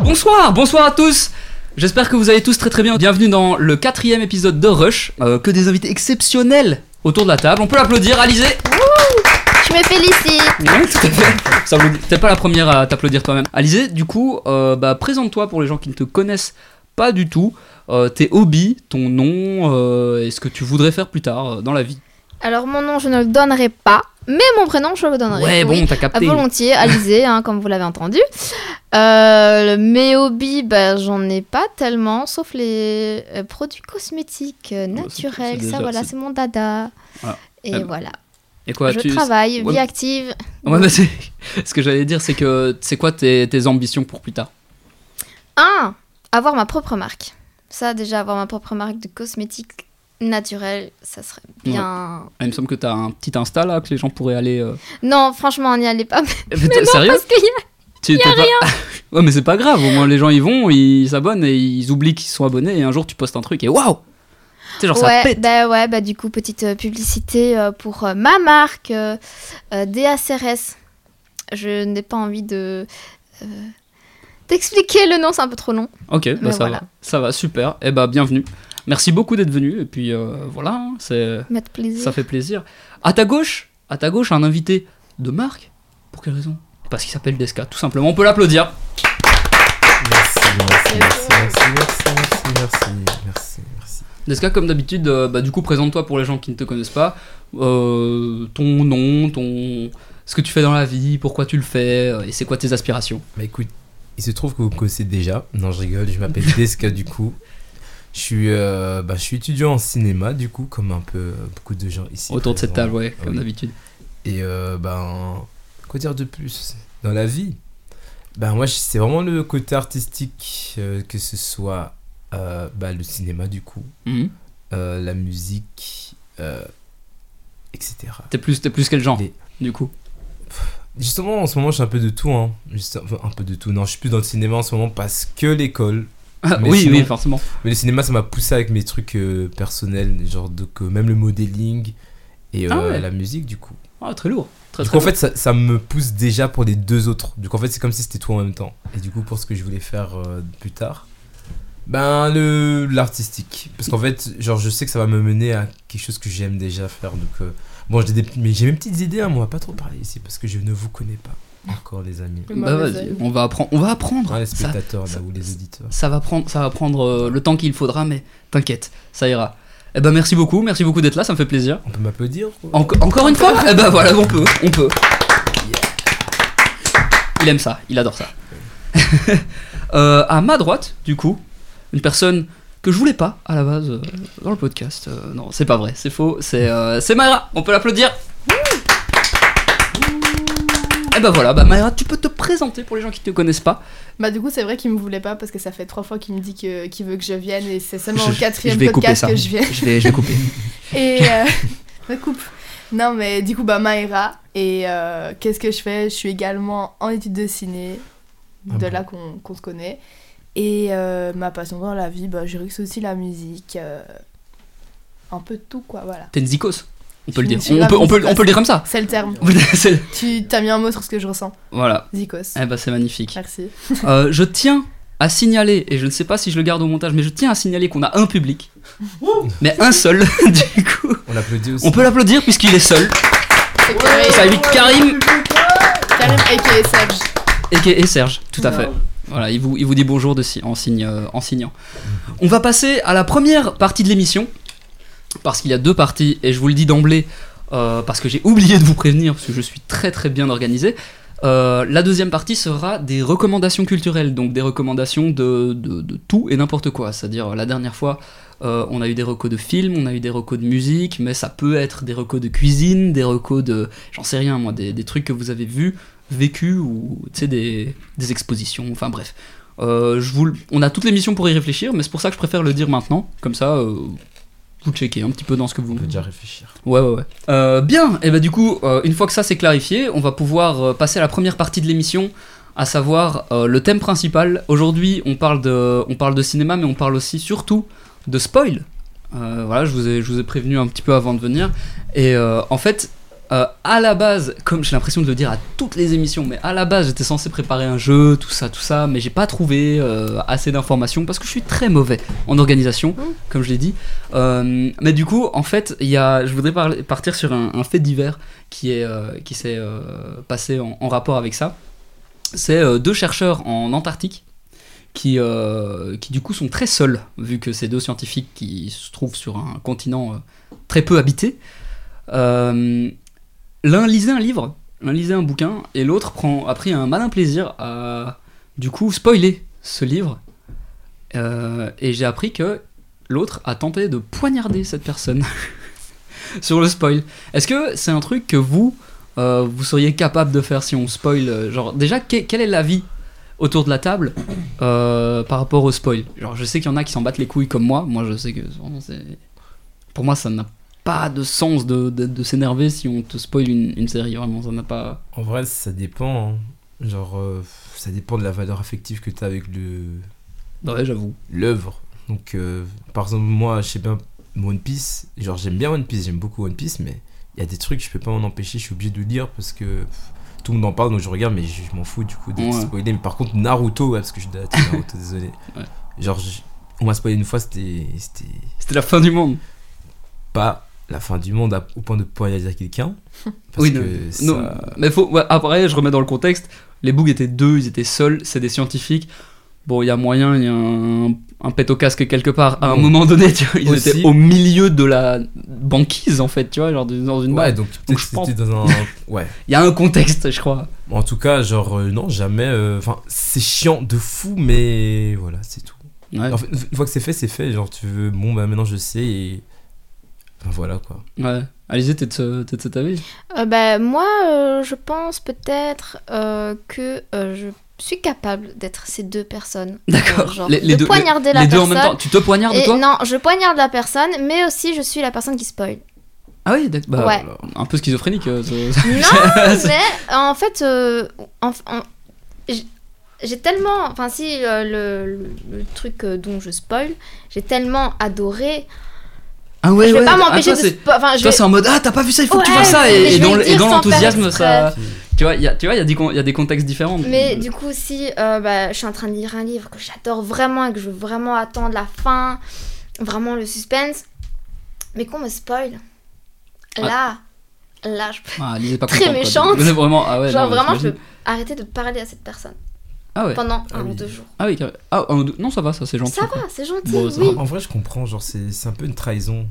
Bonsoir, bonsoir à tous J'espère que vous allez tous très très bien. Bienvenue dans le quatrième épisode de Rush. Euh, que des invités exceptionnels autour de la table. On peut l'applaudir, Alizé Je me félicite. Oui, tout à fait. Ça vous- T'es pas la première à t'applaudir toi-même. Alizé, du coup, euh, bah, présente-toi pour les gens qui ne te connaissent pas du tout. Euh, tes hobbies, ton nom euh, et ce que tu voudrais faire plus tard euh, dans la vie. Alors mon nom, je ne le donnerai pas, mais mon prénom, je le donnerai. Ouais, Oui, Ah, bon, t'as à capté. volontiers, Alizé, hein, comme vous l'avez entendu. Euh, mes hobbies, bah, j'en ai pas tellement, sauf les euh, produits cosmétiques euh, c'est- c'est naturels. déjà- ça, voilà, c'est- c'est mon dada. Voilà. Et Euh, voilà. Et quoi, je tu- travaille, ouais. vie active. Ouais, bah, c'est- ce que j'allais dire, c'est que c'est quoi tes, tes ambitions pour plus tard Un, avoir ma propre marque. Ça, déjà, avoir ma propre marque de cosmétiques naturels, ça serait bien. Il me semble que t'as un petit Insta là que les gens pourraient aller. euh, Non, franchement, n'y allez pas. Mais t'es- sérieux Parce qu'il y a- Tu t'es pas- ouais, mais c'est pas grave. Au moins, les gens ils vont, ils s'abonnent et ils oublient qu'ils sont abonnés. Et un jour, tu postes un truc et waouh Tu sais, genre ça ouais, pète. bah ouais, bah du coup, petite euh, publicité euh, pour euh, ma marque euh, euh, DACRS. Je n'ai pas envie de. euh, T'expliquer le nom, c'est un peu trop long. Ok, bah, Mais ça voilà. va. Ça va, super. Et bah, bienvenue. Merci beaucoup d'être venu. Et puis euh, voilà, hein, c'est Mettre plaisir. ça fait plaisir. À ta gauche, à ta gauche, un invité de marque. Pour quelle raison Parce qu'il s'appelle Deska, tout simplement. On peut l'applaudir. Merci, merci, merci, merci, merci, merci, merci, merci. Deska, comme d'habitude, euh, bah, du coup, présente-toi pour les gens qui ne te connaissent pas. Euh, ton nom, ton. Ce que tu fais dans la vie, pourquoi tu le fais, euh, et c'est quoi tes aspirations Bah écoute, il se trouve que vous connaissez déjà. Non, je rigole, je m'appelle Deska du coup. Je suis, euh, bah, je suis étudiant en cinéma du coup, comme un peu euh, beaucoup de gens ici. Autour de cette présents. table, ouais, comme Oui. d'habitude. Et euh, ben, quoi dire de plus Dans la vie, ben moi, je- c'est vraiment le côté artistique, euh, que ce soit euh, bah, le cinéma du coup, Mhm. euh, la musique, euh, etc. T'es plus, t'es plus quel genre Les- Du coup, Justement, en ce moment, je suis un peu de tout. Hein. Juste- enfin, un peu de tout. Non, je suis plus dans le cinéma en ce moment parce que l'école. Ah, Mais oui, sinon- oui, forcément. Mais le cinéma, ça m'a poussé avec mes trucs euh, personnels, genre donc, euh, même le modeling et euh, Ah ouais. la musique, du coup. Ah, très lourd, très du très. coup, en fait, ça, ça me pousse déjà pour les deux autres. Du coup, en fait, c'est comme si c'était tout en même temps. Et du coup, pour ce que je voulais faire euh, plus tard, ben, le l'artistique. Parce qu'en fait, genre, je sais que ça va me mener à quelque chose que j'aime déjà faire. Donc, euh, bon, j'ai des, mais j'ai mes petites idées, hein, mais on va pas trop parler ici parce que je ne vous connais pas Ah. encore, les amis. lourd. Bah, vas-y, on va apprendre. On va apprendre. Ah, les ça, spectateurs ça- là, ou les auditeurs. ça va prendre, ça va prendre euh, le temps qu'il faudra, mais t'inquiète, ça ira. Eh ben merci beaucoup, merci beaucoup d'être là, ça me fait plaisir. On peut m'applaudir quoi. Enco- encore une fois Eh ben voilà, on peut, on peut. Il aime ça, il adore ça. Euh, à ma droite, du coup, une personne que je voulais pas à la base euh, dans le podcast. Euh, non, c'est pas vrai, c'est faux. C'est euh, c'est Mayra, on peut l'applaudir. Et ben voilà, bah Mayra, tu peux te présenter pour les gens qui te connaissent pas. Bah du coup c'est vrai qu'il me voulait pas parce que ça fait trois fois qu'il me dit que- qu'il veut que je vienne et c'est seulement Je- au je- quatrième je vais couper podcast ça. que je viens. Je vais, je vais couper. Et euh, me coupe. Non mais du coup bah Maïra et euh, qu'est-ce que je fais Je suis également en études de ciné, Ah de bon. là qu'on qu'on se connaît. Et euh, ma passion dans la vie, bah je dirais que c'est aussi la musique, euh, un peu de tout quoi voilà. T'es une zikos, on peut le Je dire. me suis On peut, on, peut, grave on peut le dire comme ça. C'est le terme. C'est- Tu t'as mis un mot sur ce que je ressens. voilà, Zikos. eh ben c'est magnifique. Merci. Euh, je tiens à signaler, et je ne sais pas si je le garde au montage, mais je tiens à signaler qu'on a un public. mais un seul, du coup. On l'applaudit aussi. On peut l'applaudir puisqu'il est seul. C'est Karim, Ça évite Karim Karim aka Serge. et, et Serge, tout à fait. Voilà, il vous, il vous dit bonjour de, si- en, signe, euh, en signant. On va passer à la première partie de l'émission, parce qu'il y a deux parties, et je vous le dis d'emblée, euh, parce que j'ai oublié de vous prévenir, parce que je suis très très bien organisé. Euh, la deuxième partie sera des recommandations culturelles, donc des recommandations de, de- de tout et n'importe quoi. C'est-à-dire, la dernière fois, euh, on a eu des recos de films, on a eu des recos de musique, mais ça peut être des recos de cuisine, des recos de. J'en sais rien, moi, des, des trucs que vous avez vus, vécus, ou tu sais, des, des expositions, enfin bref. Euh, je vous, le- on a toute l'émission pour y réfléchir, mais c'est pour ça que je préfère le dire maintenant, comme ça, euh, vous checkez un petit peu dans ce que vous. On peut déjà réfléchir. Ouais, ouais, ouais. Euh, bien, et bah du coup, euh, une fois que ça c'est clarifié, on va pouvoir euh, passer à la première partie de l'émission, à savoir euh, le thème principal. Aujourd'hui, on, parle de- on parle de cinéma, mais on parle aussi surtout de spoil. Euh, voilà, je vous, ai, je vous ai prévenu un petit peu avant de venir. Et euh, en fait, Euh, à la base, comme j'ai l'impression de le dire à toutes les émissions, mais à la base j'étais censé préparer un jeu, tout ça, tout ça, mais j'ai pas trouvé euh, assez d'informations parce que je suis très mauvais en organisation, comme je l'ai dit. Euh, mais du coup, en fait, il y a, je voudrais parler- partir sur un, un fait divers qui est euh, qui s'est euh, passé en, en rapport avec ça. C'est euh, deux chercheurs en Antarctique qui euh, qui du coup sont très seuls vu que c'est deux scientifiques qui se trouvent sur un continent euh, très peu habité. Euh, l'un lisait un livre, l'un lisait un bouquin, et l'autre prend, a pris un malin plaisir à, du coup, spoiler ce livre. Euh, et j'ai appris que l'autre a tenté de poignarder cette personne sur le spoil. Est-ce que c'est un truc que vous, euh, vous seriez capable de faire si on spoil euh, Genre, déjà, que- quel est l'avis autour de la table euh, par rapport au spoil Genre, je sais qu'il y en a qui s'en battent les couilles comme moi. Moi, je sais que vraiment, c'est- pour moi, ça n'a pas de sens de, de- de s'énerver si on te spoil une, une série. Vraiment, ça n'a pas. En vrai, ça dépend. hein. Genre, euh, ça dépend de la valeur affective que t'as avec le, Ouais, j'avoue. l'œuvre. Donc, euh, par exemple, moi, je sais bien One Piece. Genre, j'aime bien One Piece, j'aime beaucoup One Piece, mais il y a des trucs, je peux pas m'en empêcher, je suis obligé de le lire parce que pff, tout le monde en parle, donc je regarde, mais je, je m'en fous du coup d'être Ouais. spoilé. Mais par contre, Naruto, ouais, parce que je suis de la team Naruto, désolé. Ouais. Genre, je- on m'a spoilé une fois, c'était c'était C'était la fin du monde. pas la fin du monde à- au point de poignarder quelqu'un. Parce Oui, que ça- Non, mais faut. ouais, après, je remets dans le contexte. Les bugs étaient deux, ils étaient seuls. C'est des scientifiques. Bon, il y a moyen, il y a un, un pète au casque quelque part. À un Bon. moment donné, tu vois, ils Aussi. étaient au milieu de la banquise, en fait, tu vois, genre dans une Ouais, balle. donc Donc peut-être je que c'était dans un. Ouais. Il y a un contexte, je crois. En tout cas, genre, euh, non, jamais. euh, Enfin, c'est chiant de fou, mais voilà, c'est tout. Ouais, En fait, une fois que c'est fait, c'est fait. Genre, tu veux, bon, bah maintenant je sais et. Enfin, voilà quoi. ouais. Alizé, t'es de, ce- t'es de cet avis Euh, bah, moi, euh, je pense peut-être euh, que euh, je suis capable d'être ces deux personnes. D'accord. Euh, genre, les, les de deux, poignarder les, la les deux en personne. même temps. Tu te poignardes, Et toi non, je poignarde la personne, mais aussi je suis la personne qui spoil. Ah oui, d'accord. Bah, Ouais. Un peu schizophrénique. euh, ce- Non, mais en fait, euh, en- en- j'- j'ai tellement. Enfin, si euh, le, le- le truc euh, dont je spoil, j'ai tellement adoré. Ah ouais, je vais ouais. pas Ah, m'empêcher toi, de c'est- spoil. Enfin, je Toi, vais- c'est en mode Ah, t'as pas vu ça, il faut que tu Ouais, fasses ça. Et, mais je et vais dans le le- et dire dans sans l'enthousiasme, faire ça. Tu vois, il y a, tu vois, il y, a des con- il y a des contextes différents. Mais du coup, si euh, bah, je suis en train de lire un livre que j'adore vraiment et que je veux vraiment attendre la fin, vraiment le suspense, mais qu'on me spoil, Ah. là, là, je peux. Ah, Alizé, pas Très contente, quoi. méchante. Mais Vraiment, ah ouais, Genre non, mais vraiment, je j'imagine. peux arrêter de parler à cette personne Ah ouais. pendant Ah un oui. ou deux jours. Ah oui, carré- ah, un ou deux- non, ça va, ça c'est gentil. Ça quoi. va, c'est gentil, Bon, ça oui. va. En vrai, je comprends. Genre, c'est c'est un peu une trahison.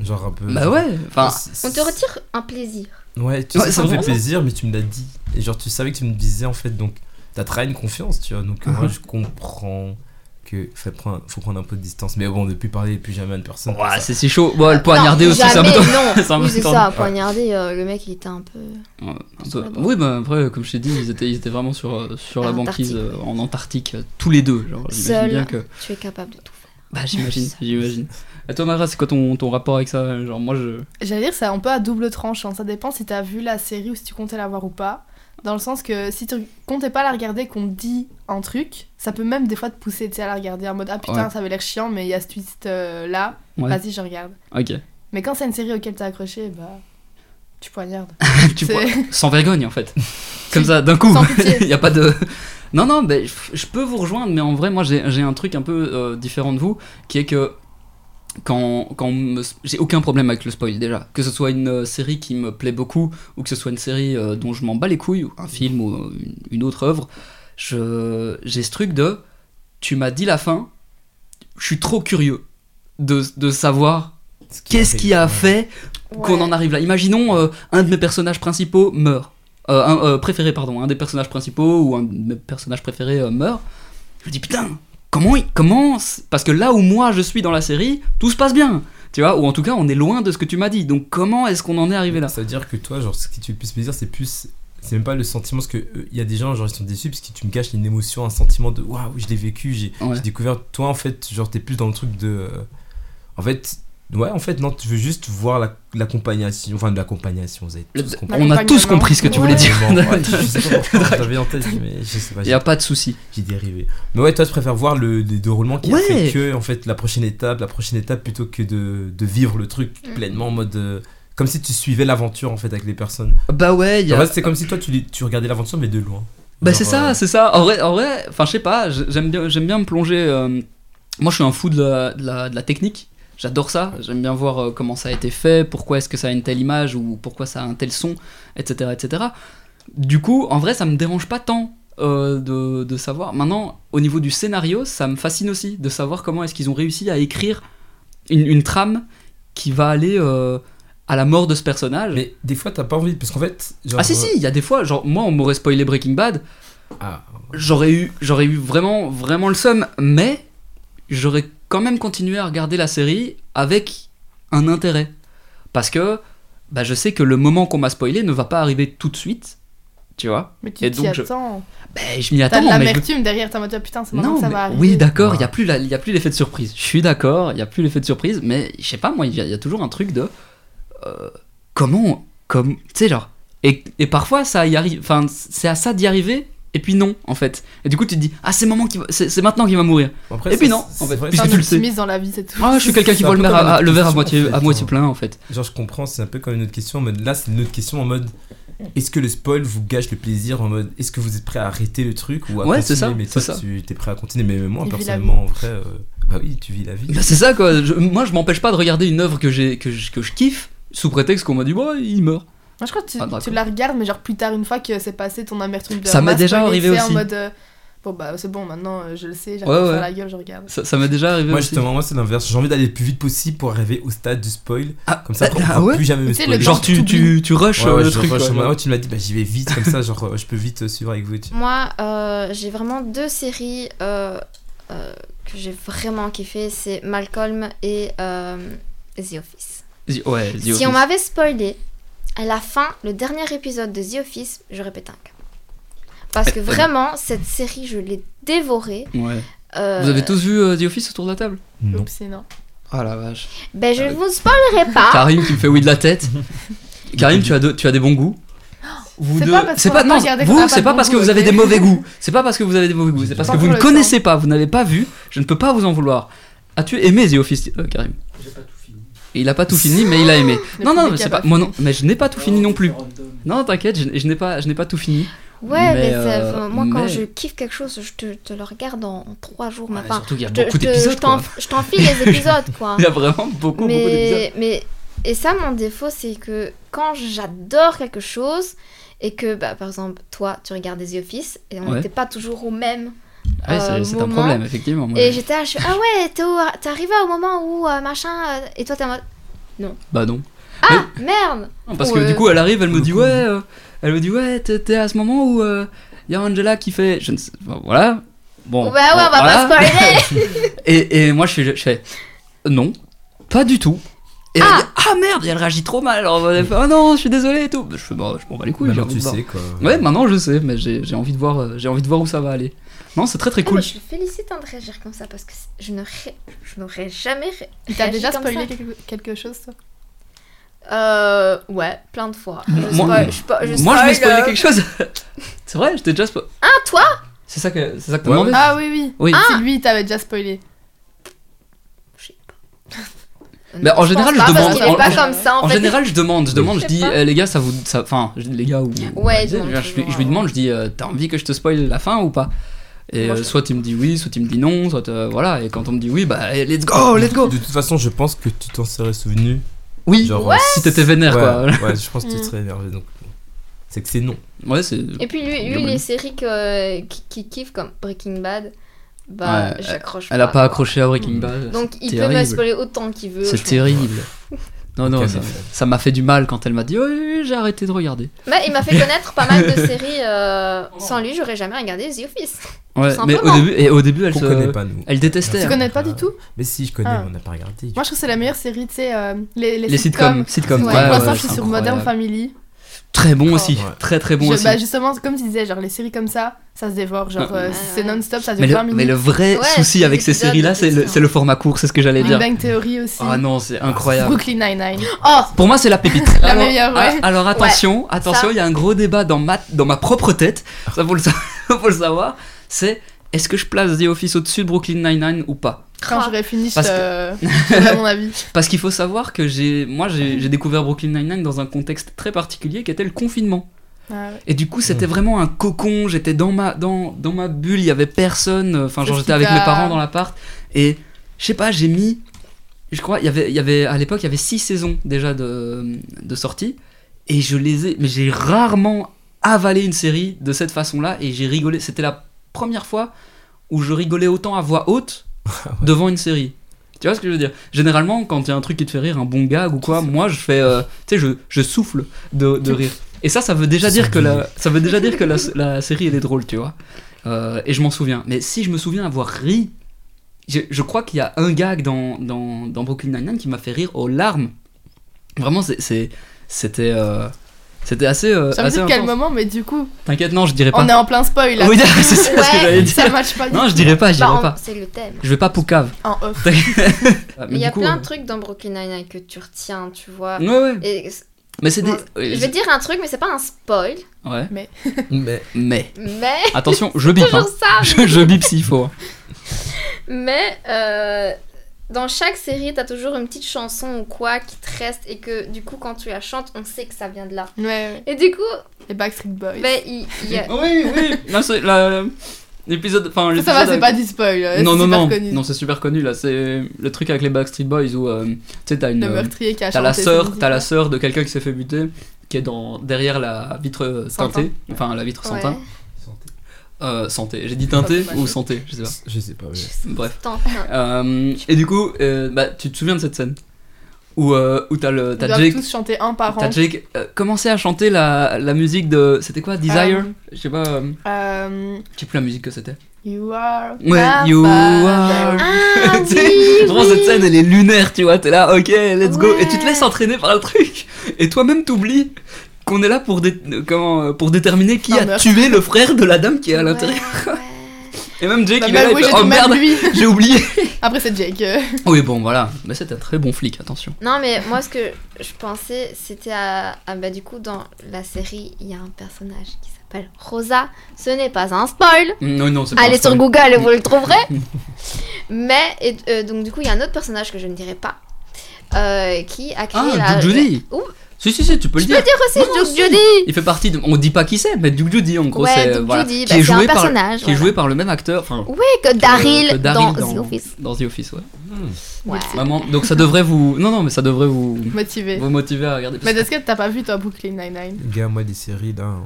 Genre, un peu. Bah ouais, enfin, On te retire un plaisir. Ouais, tu Ouais, sais, c'est ça me fait vraiment ça. plaisir, mais tu me l'as dit. Et genre, tu savais que tu me le disais en fait, donc t'as trahi une confiance, tu vois. Donc, euh, Mhm. moi, je comprends que faut prendre, faut prendre un peu de distance. Mais bon, ne plus parler plus jamais à une personne. ouah, ça- c'est si chaud. Bon, le poignarder Non, aussi, ça jamais, me tente. Non, ça me oui, c'est tente. ça, poignarder, euh, le mec il était un peu. Ouais, un peu. Oui, bah après, comme je t'ai dit, ils étaient, ils étaient vraiment sur, euh, sur la En banquise Antarctique, euh, en Antarctique, euh, tous les deux. Genre, j'imagine Seul. bien que. Tu es capable de tout faire. Bah, j'imagine, j'imagine. Et toi, Mara, c'est quoi ton, ton rapport avec ça Genre, moi, je. J'allais dire, c'est un peu à double tranchant. Ça dépend si t'as vu la série ou si tu comptais la voir ou pas. Dans le sens que si tu comptais pas la regarder, qu'on te dit un truc, ça peut même des fois te pousser tu sais, à la regarder en mode Ah putain, Ouais. ça avait l'air chiant, mais il y a ce twist euh, là, Ouais. vas-y, je regarde. Ok. Mais quand c'est une série auquel t'es accroché, bah. Tu poignardes. tu C'est- vois, sans vergogne en fait. Comme ça, d'un coup, Sans pitié. il n'y a pas de. Non, non, ben, je- je peux vous rejoindre, mais en vrai, moi, j'ai j'ai un truc un peu euh, différent de vous, qui est que quand, quand on me- j'ai aucun problème avec le spoil déjà. Que ce soit une euh, série qui me plaît beaucoup, ou que ce soit une série euh, dont je m'en bats les couilles, ou un film ou euh, une, une autre œuvre, je- j'ai ce truc de tu m'as dit la fin, je suis trop curieux de, de savoir ce qui qu'est-ce arrive, qui a ouais. fait qu'on en arrive là. Imaginons euh, un de mes personnages principaux meurt. Euh, un, euh, préféré, pardon. Un des personnages principaux ou un de mes personnages préférés euh, meurt. Je me dis putain, comment il commence Parce que là où moi je suis dans la série, tout se passe bien. Tu vois, ou en tout cas, on est loin de ce que tu m'as dit. Donc comment est-ce qu'on en est arrivé là Ça veut dire que toi, genre, ce qui te fait le plus plaisir, c'est plus. C'est même pas le sentiment, parce que euh, il y a des gens, genre, ils sont déçus parce que tu me caches une émotion, un sentiment de waouh, je l'ai vécu, j'ai Ouais. j'ai découvert. Toi, en fait, genre, t'es plus dans le truc de. euh, En fait, ouais, en fait, non, tu veux juste voir la- l'accompagnation, enfin, de l'accompagnation, vous avez Le- tous compris. On a tous L'accompagnement. compris ce que tu voulais Ouais. dire. Ouais, je sais pas pourquoi, j'avais en tête, mais je sais pas, Il j'ai- n'y a pas de souci. j'ai dérivé. Mais ouais, toi, tu préfères voir le, les déroulements qui Ouais. a fait que, en fait, la prochaine étape, la prochaine étape, plutôt que de, de vivre le truc pleinement en mode. euh, comme si tu suivais l'aventure en fait avec les personnes. Bah ouais, il y a- En fait, c'est comme si toi tu, les- tu regardais l'aventure mais de loin. Bah Genre, c'est ça, euh, c'est ça. En vrai, en vrai, enfin je sais pas, j- j'aime bien, j'aime bien me plonger. euh, Moi je suis un fou de la, de la, de la technique. J'adore ça. J'aime bien voir euh, comment ça a été fait, pourquoi est-ce que ça a une telle image ou pourquoi ça a un tel son, etc., etc. Du coup, en vrai, ça me dérange pas tant euh, de, de savoir. Maintenant, au niveau du scénario, ça me fascine aussi de savoir comment est-ce qu'ils ont réussi à écrire une, une trame qui va aller euh, à la mort de ce personnage. Mais des fois t'as pas envie parce qu'en fait. genre, Ah si euh, si, il y a des fois, genre moi on m'aurait spoilé Breaking Bad, Ah, j'aurais eu, j'aurais eu vraiment, vraiment le seum, mais j'aurais quand même continué à regarder la série avec un intérêt. Parce que bah, je sais que le moment qu'on m'a spoilé ne va pas arriver tout de suite, tu vois. Mais tu Et t'y donc, je- attends. Bah, je m'y T'as de attends, mais je... l'amertume derrière, t'as en mode ah, putain, c'est maintenant Non, que ça mais- va arriver. oui, d'accord, il Voilà. n'y a plus la- il y a plus l'effet de surprise. Je suis d'accord, il n'y a plus l'effet de surprise, mais je sais pas, moi, il y, a- il y a toujours un truc de. euh, comment. Comme, tu sais, genre. Et, et parfois, ça y arrive. Enfin, c'est à ça d'y arriver, et puis non, en fait. Et du coup, tu te dis, ah, c'est, le moment qui va- c'est, c'est maintenant qu'il va mourir. Après, Et puis ça, Eh, non, c'est en fait, vrai, puisque T'es tu le sais. optimiste dans la vie, c'est tout. Ah, je suis quelqu'un qui C'est voit un le, peu mer comme à- une le verre à question, moitié, en fait, à moitié hein. plein, en fait. Genre, je comprends, c'est un peu comme une autre question. En mode, là, c'est une autre question en mode est-ce que le spoil vous gâche le plaisir En mode, est-ce que vous êtes prêt à arrêter le truc ou à Ouais, continuer c'est ça, Mais c'est toi, ça. tu es prêt à continuer. Mais moi, Il vit la personnellement, en vrai, euh, bah oui, tu vis la vie. Bah, c'est ça, quoi. Je- moi, je m'empêche pas de regarder une œuvre que, j'ai, que, je, que je kiffe, sous prétexte qu'on m'a dit, bah, il meurt. Moi, je crois que tu, Ah, d'accord. tu la regardes, mais genre plus tard, une fois que c'est passé ton amertume de Ça m'est Ah, déjà spoiler, arrivé c'est aussi. en mode. euh, Bon, bah, c'est bon, maintenant, euh, je le sais, j'arrive Ouais, à faire ouais. la gueule, je regarde. Ça, ça m'est déjà arrivé. Moi, aussi. justement, moi, c'est l'inverse. J'ai envie d'aller le plus vite possible pour arriver au stade du spoil. Ah, Comme ça, après, on ah pourra ouais plus jamais me Tu sais, le spoiler. Genre, tu, tu, tu rushes Ouais, ouais, euh, le je- truc. quoi. ouais, je- ouais, tu me l'as dit, bah, j'y vais vite, comme ça, genre, euh, je peux vite euh, suivre avec vous. tu- Moi, euh, j'ai vraiment deux séries euh, euh, que j'ai vraiment kiffé. C'est Malcolm et euh, The Office. Vas-y, Ouais, vas-y, si vas-y. on m'avait spoilé à la fin, le dernier épisode de The Office, j'aurais pété un câble. Parce que Euh, euh, vraiment, cette série, je l'ai dévorée. Ouais. Euh, Vous avez tous vu euh, The Office autour de la table Non. Oups, c'est non. Ah la vache. Ben, je Ah ne oui. vous spoilerai pas. Ah Karim qui me fait oui de la tête. Karim, tu as, de- tu as des bons goûts. Vous Oh, C'est deux- pas parce c'est qu'on pas, a non, pas regardé qu'on vous, a pas c'est de pas bons parce que goûts, vous avez ok. des mauvais goûts. C'est pas parce que vous avez des mauvais goûts. C'est parce que Pas vous ne pour le connaissez pas, vous n'avez pas vu. Je ne peux pas vous en vouloir. As-tu aimé The Office, euh, Karim Il n'a pas tout fini, mais il a aimé. Le non, non, public mais c'est a pas. pas Moi non, mais je n'ai pas tout fini non plus. Non, t'inquiète, je, je n'ai pas, je n'ai pas tout fini. Ouais, mais, Mais, ça- euh, enfin, moi, quand mais- je kiffe quelque chose, je te, te le regarde en, en trois jours. ma Ouais, part. surtout qu'il y a Je te- beaucoup je te- d'épisodes, je t'en- quoi. Je t'enfile les épisodes, quoi. Il y a vraiment beaucoup, beaucoup d'épisodes. mais, mais et ça mon défaut c'est que quand j'adore quelque chose et que bah, par exemple toi tu regardes The Office et on Ouais. n'était pas toujours au même Ouais, c'est- euh, c'est un moment. problème, effectivement. moi, et je- j'étais là je suis ah ouais t'es au- t'es arrivé au moment où euh, machin euh, et toi t'es en mode Bah non. ah merde Non, Parce Ou, que euh, du coup, elle arrive, elle me le dit coup. ouais, euh, elle me dit ouais, t'es t'es à ce moment où euh, il y a Angela qui fait, je ne sais, enfin, voilà. Bon. Bah ouais ouais bon, on voilà. va pas spoiler Et, et moi, je, suis, je fais non, pas du tout. Et Ah. elle dit, ah merde, et elle réagit trop mal. Alors elle fait ah non, je suis désolé et tout. Je fais bah je m'en bats les couilles. j'ai Maintenant, envie tu de voir. sais, quoi. Ouais, maintenant je sais, mais j'ai j'ai envie de voir, euh, j'ai envie de voir où ça va aller. Non, c'est très très Ah, cool. mais je te félicite hein, de réagir comme ça parce que c'est- je ne ré- je n'aurais jamais ré- Et T'as réagi déjà comme spoilé ça. quelque, quelque chose, toi euh, ouais plein de fois je Moi- spoil, je spo- Moi, je je me spoil, spoilais euh, quelque chose. c'est vrai, j'étais déjà spoilé. ah toi C'est ça que c'est ça que t'as Ouais. demandé. Ah oui, oui. Oui. C'est lui, il t'avait déjà spoilé. Je sais pas. Euh, Mais bah, en non, général, pense Ah, je pas, demande- Parce qu'il en- est pas en- comme ça, en, En fait. général, je demande, je demande, je Je sais dis, pas. eh, les gars, ça vous. ça- Enfin, je- les gars ou. Ouais, je, ils demandent je- je lui- je toujours, lui ouais. demande, je dis, euh, t'as envie que je te spoil la fin ou pas Et Moi, euh, je- soit il me dit oui, soit il me dit non, soit. euh, voilà, et quand on me dit oui, bah, allez, let's go, let's go De toute façon, je pense que tu t'en serais souvenu. Oui, Genre, ouais, euh, si t'étais vénère, ouais, ouais, je pense que tu Mm. serais énervé. Donc, c'est que c'est non. quoi. Ouais, c'est. Et puis lui, lui Globalement. les séries que, qui, qui kiffent comme Breaking Bad, bah Ouais, elle- j'accroche Elle a pas quoi. accroché à Breaking Bad. Donc il peut terrible. me spoiler autant qu'il veut. C'est je terrible. Non, non, Aucun ça- effet. ça m'a fait du mal quand elle m'a dit, oui, j'ai arrêté de regarder. m'en- Bah, il m'a fait connaître pas mal de séries. euh, sans lui, j'aurais jamais regardé The Office. Ouais, Tout mais au simplement. début, et au début, elle Qu'on connaît se. pas, nous. Elle détestait. hein. Tu Ouais. connais pas euh, du tout Mais si, je connais, Ah. mais on n'a pas regardé. du Moi, je trouve que c'est la meilleure série, tu sais, euh, les, les, Les sitcoms, sitcoms. Ouais, Ouais, pour ouais, l'instant, ouais, je suis c'est sur Modern incroyable. Family. Très Oh. bon aussi, Ouais. très très bon Je- aussi. bah, justement, comme tu disais, genre les séries comme ça, ça se dévore. Genre, Ah. euh, Ouais, c'est ouais. non-stop, ça Mais dure le, 20 minutes. mais le vrai Ouais, souci c'est avec ces l'épisode séries-là, de c'est le, Dexter. c'est le format court, c'est ce que j'allais Big dire. Bang Theory aussi. Ah non, c'est incroyable. Brooklyn Nine-Nine. Oh, Pour moi, c'est la pépite. La meilleure, ouais. ah, alors attention, attention, ça. il y a un gros débat dans ma, dans ma propre tête, ça faut le, sa- faut le savoir, c'est est-ce que je place The Office au-dessus de Brooklyn Nine-Nine ou pas Quand Ah. j'aurai fini, je Parce te je te donnerai mon avis. Parce qu'il faut savoir que j'ai, moi, j'ai j'ai découvert Brooklyn Nine-Nine dans un contexte très particulier qui était le confinement. Ouais, ouais. Et du coup, c'était Mm. vraiment un cocon. J'étais dans ma, dans, dans ma bulle, il y avait personne. Enfin, C'est genre, ce j'étais qui avec t'a- mes parents dans l'appart. Et je sais pas, j'ai mis. Je crois, il y avait, il y avait, à l'époque, il y avait six saisons déjà de, de sortie. Et je les ai. Mais j'ai rarement avalé une série de cette façon-là. Et j'ai rigolé. C'était la première fois où je rigolais autant à voix haute devant une série. Tu vois ce que je veux dire Généralement, quand il y a un truc qui te fait rire, un bon gag ou quoi, moi je fais, euh, tu sais, je, je souffle de, de rire. Et ça, ça veut déjà Ça dire sent que la, ça veut déjà dire que la, la série elle est drôle, tu vois. Euh, et je m'en souviens. Mais si je me souviens avoir ri, je, je crois qu'il y a un gag dans, dans, dans Brooklyn Nine Nine qui m'a fait rire aux larmes. Vraiment, c'est- c'est- c'était, euh, c'était assez, euh, Ça me assez dit quel intense. moment, mais du coup, T'inquiète, non, je dirais pas. on est en plein spoil là. Oui, c'est ça ce que Ouais, j'allais ça dire. match pas du Non, je tout. dirais pas, je Bah, dirais en- Ah, pas. C'est le thème. Je vais pas poucave. En off. Mais il y du a coup, plein euh, Mm. de trucs dans Brooklyn Nine-Nine que tu retiens, tu vois. Ouais, ouais. Et Mais c'est des. euh, Moi, je vais dire un truc, mais c'est pas un spoil. Ouais. Mais Mais. Mais Attention, je bip. hein. toujours ça. Je, je bip s'il faut. hein. Mais euh, dans chaque série, t'as toujours une petite chanson ou quoi qui te reste et que du coup, quand tu la chantes, on sait que ça vient de là. Ouais, ouais. Et du coup, Les Backstreet Boys. Bah, ben, il, il y a- Oui, oui. Non, c'est la- l'épisode. Enfin, Ça, l'épisode. ça va, c'est avec- pas du spoil. euh, Non, c'est non, super non. connu. Non, c'est super connu là. C'est le truc avec les Backstreet Boys où euh, tu sais, t'as une. Le euh, meurtrier qui a T'as la chanté sœur, cette t'as la musique. sœur de quelqu'un qui s'est fait buter, qui est dans derrière la vitre Santin. teintée, enfin la vitre Ouais. santin, euh, santé. J'ai dit teintée Oh, ou dommage. santé, je sais pas. je sais pas. mais- Bref. Tant- Euh, et du coup, euh, bah, tu te souviens de cette scène où euh, où t'as le Ils t'as doivent Jake tous chanter un par T'as an. Jake euh, commencé à chanter la, la musique de. C'était quoi Desire Je sais pas. euh, Euh, je sais plus la musique que c'était. you are. Bah, Ouais, my you father. are. Ah Tu sais, oui, Vraiment, oui. cette scène, elle est lunaire, tu vois. T'es là, ok, let's go. Et tu te Ouais. laisses entraîner par le truc. Et toi-même, t'oublies qu'on est là pour, dé- euh, comment, euh, pour déterminer qui Un a meurtre. tué le frère de la dame qui est à Ouais, l'intérieur. euh, ouais. Et même Jake, Bah, il est là, même, il oui, fait, j'ai oh dit merde, même lui. j'ai oublié. Après, c'est Jake. euh. oui, bon, voilà. Mais c'est un très bon flic, attention. Non, mais moi, ce que je pensais, c'était à, à- bah, du coup, dans la série, il y a un personnage qui s'appelle Rosa. Ce n'est pas un spoil. Mm, Non, non, c'est pas un Allez sur spoil. Google et vous le trouverez. Mais, et, euh, donc, du coup, il y a un autre personnage que je ne dirai pas euh, qui a créé Ah, la. Duke Judy. Ouh. Si, si, si, tu peux le Je peux dire. le dire aussi, Non, non, Duke si. Judy. Il fait partie de. On dit pas qui c'est, mais Duke Judy en gros, Ouais, c'est. Duke voilà, Judy, qui bah, est c'est un joué par, personnage. qui est voilà. joué par le même acteur, enfin. Oui, que Daryl, que dans, Daryl The Office. dans The Office, ouais. Ouais. Vraiment, donc ça devrait vous. Non, non, mais ça devrait vous. Motivé. Vous motiver à regarder. Mais est-ce que t'as pas vu toi Brooklyn Nine-Nine Les Gars, moi, des séries là. hein.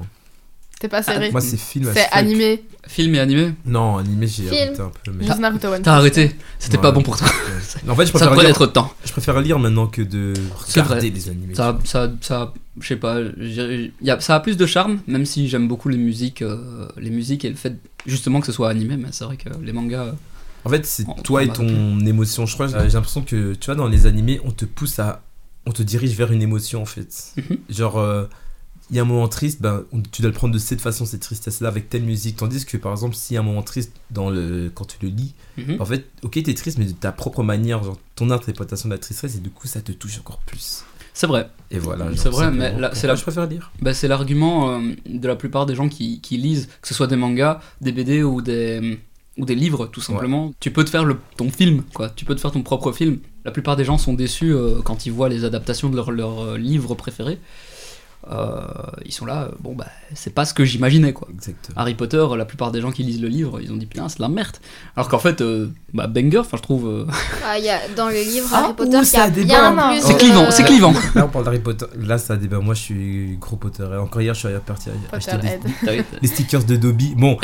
T'es Ah, pas serré. Moi, c'est film à C'est fuck. animé. Film et animé. Non, animé, j'ai Film. arrêté un peu. Mais... Juste Naruto One. T'as arrêté. C'était Ouais. pas bon pour toi. Ouais. En fait, je Ça préfère, prenait lire, trop de temps. je préfère lire maintenant que de C'est vrai. regarder les animés. Ça, ça, ça, je sais pas. je dirais- y a- ça a plus de charme, même si j'aime beaucoup les musiques, euh, les musiques et le fait justement que ce soit animé. Mais c'est vrai que les mangas. euh, En fait, c'est On- on toi et m'a ton émotion. Je crois j'ai l'impression que tu vois dans les animés, on te pousse à on te dirige vers une émotion en fait. Mhm. Genre euh, il y a un moment triste, ben, on- tu dois le prendre de cette façon, cette tristesse-là, avec telle musique. Tandis que, par exemple, s'il y a un moment triste dans le... quand tu le lis, mhm. en fait, ok, t'es triste, mais de ta propre manière, genre ton interprétation de la tristesse, et du coup, ça te touche encore plus. C'est vrai. Et voilà. C'est genre, vrai, simplement. mais là, c'est Pourquoi la- Je préfère lire. Bah, c'est l'argument euh, de la plupart des gens qui, qui lisent, que ce soit des mangas, des BD ou des, ou des livres, tout simplement. Tu peux te faire le, ton film, quoi. Tu peux te faire ton propre film. La plupart des gens sont déçus euh, quand ils voient les adaptations de leurs leur, livres préférés. Euh, ils sont là, euh, bon, bah, c'est pas ce que j'imaginais, quoi. Exactement. Harry Potter, la plupart des gens qui lisent le livre, ils ont dit putain, c'est de la merde. Alors qu'en fait, euh, bah, banger, enfin, je trouve. euh, Ah, il y a, dans le livre Ah, Harry Potter, ouh, il y a ça bien déborde. plus. C'est de- clivant, c'est clivant. Là, on parle d'Harry Potter. Là, ça débat. Moi, je suis gros Potter. Et encore hier, je suis parti acheter des, Potterhead. des stickers de Dobby. Bon,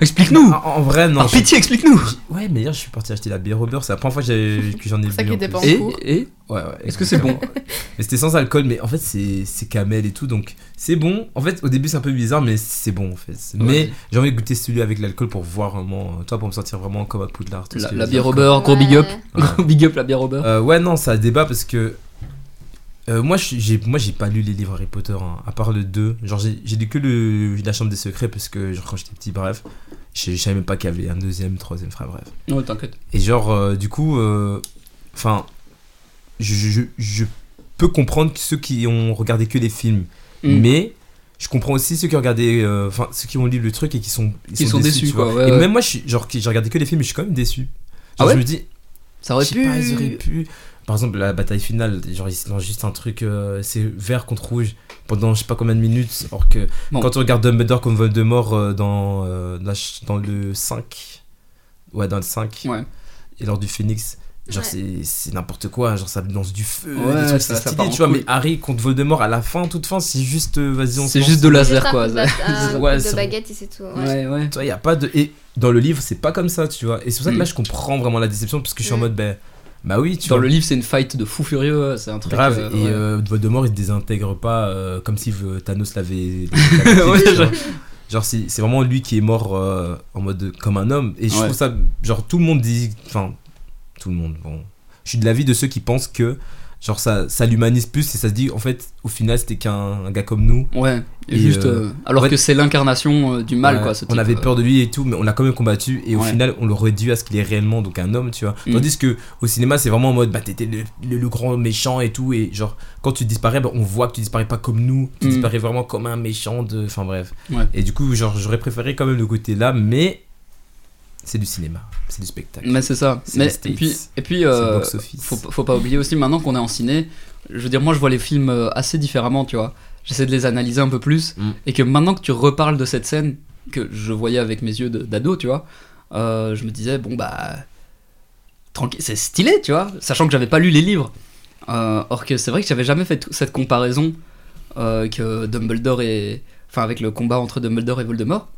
Explique-nous Ah, en, en vrai, Ah, non. Par je- Ah, pitié, explique-nous Ouais, mais hier, je suis parti acheter la bière au beurre. C'est la première fois que, j'ai- que j'en ai bu. ça qu'il en plus. dépend. Et, cours. et Ouais, ouais. est-ce que c'est bon Mais c'était sans alcool, mais en fait, c'est, c'est camel et tout. Donc, c'est bon. En fait, au début, c'est un peu bizarre, mais c'est bon, en fait. Ouais. Mais j'ai envie de goûter celui avec l'alcool pour voir vraiment. euh, Toi, pour me sentir vraiment comme à Poudlard. tout ce La, que la les bière au alcools. beurre, gros big up. Ouais. Ouais. Gros big up la bière au beurre. Euh, ouais, non, ça débat parce que. euh, moi, je suis- j'ai, moi, j'ai pas lu les livres Harry Potter, hein, à part le 2. Genre, j'ai, j'ai lu que le, La Chambre des Secrets parce que, genre, quand j'étais petit, bref, je je savais même pas qu'il y avait un deuxième, troisième, frère, bref. Non, t'inquiète. Et genre, euh, du coup, euh, enfin, je, je- je- je peux comprendre que ceux qui ont regardé que les films, Mm. mais je comprends aussi ceux qui ont regardé, euh, enfin ceux qui ont lu le truc et qui sont, ils Qui sont déçus, tu quoi, vois. ouais, et ouais. même moi, je suis, genre, qui- j'ai regardé que les films, mais je suis quand même déçu. Ah Genre, ouais je me dis, Ça aurait je sais pu. pas, ils auraient pu. Par exemple, la bataille finale, genre ils lancent juste un truc, euh, c'est vert contre rouge pendant je sais pas combien de minutes, alors que Bon. quand on regarde Dumbledore comme Voldemort euh, dans, euh, la ch- dans le 5, ouais dans le 5, Ouais. et lors du Phoenix, genre Ouais. c'est- c'est n'importe quoi, genre ça lance du feu, des Ouais, trucs, ça- c'est ça part stylé, en tu vois, couille. mais Harry contre Voldemort à la fin, toute fin, c'est juste, euh, vas-y on se C'est lance. juste de laser Juste un quoi. coup de ça. bata- un Ouais, coup de c'est bon. baguette et c'est tout. ouais. Ouais, ouais. Tu vois, y a pas de. Et dans le livre, c'est pas comme ça, tu vois. Et c'est pour ça que Mm. là, je comprends vraiment la déception, parce que je suis en Mm. mode, ben, bah oui, tu Dans vois. le livre, c'est une fight de fou furieux. C'est un truc. Grave, euh, et ouais. euh, Voldemort il se désintègre pas euh, comme si euh, Thanos l'avait. l'avait Ouais, tué, tu je- vois. Genre, c'est c'est vraiment lui qui est mort euh, en mode euh, comme un homme. Et je Ouais. trouve ça. Genre, tout le monde dit. Enfin, tout le monde, bon. Je suis de l'avis de ceux qui pensent que. Genre, ça, ça l'humanise plus et ça se dit, en fait, au final, c'était qu'un un gars comme nous. Ouais, et Et, juste. euh, euh, alors ouais. que c'est l'incarnation euh, du mal, Euh, quoi, ce type. On avait peur de lui et tout, mais on l'a quand même combattu. Et au Ouais. final, on le réduit à ce qu'il est réellement, donc un homme, tu vois. Mm. Tandis que au cinéma, c'est vraiment en mode, bah, t'étais le, le- le grand méchant et tout. Et genre, quand tu disparais, bah, on voit que tu disparais pas comme nous. Tu Mm. disparais vraiment comme un méchant de. Enfin, bref. Ouais. Et du coup, genre, j'aurais préféré quand même le côté là, mais c'est du cinéma, c'est du spectacle. Mais c'est ça. C'est Mais, les et States. puis, et puis C'est euh, le box-office. faut, faut pas oublier aussi, maintenant qu'on est en ciné, je veux dire, moi je vois les films euh, assez différemment, tu vois. J'essaie de les analyser un peu plus. Mm. Et que maintenant que tu reparles de cette scène que je voyais avec mes yeux de- d'ado, tu vois, euh, je me disais, bon bah. Tranquille, c'est stylé, tu vois. Sachant que j'avais pas lu les livres. Euh, or que c'est vrai que j'avais jamais fait tout- cette comparaison euh, que Dumbledore et. Enfin, avec le combat entre Dumbledore et Voldemort.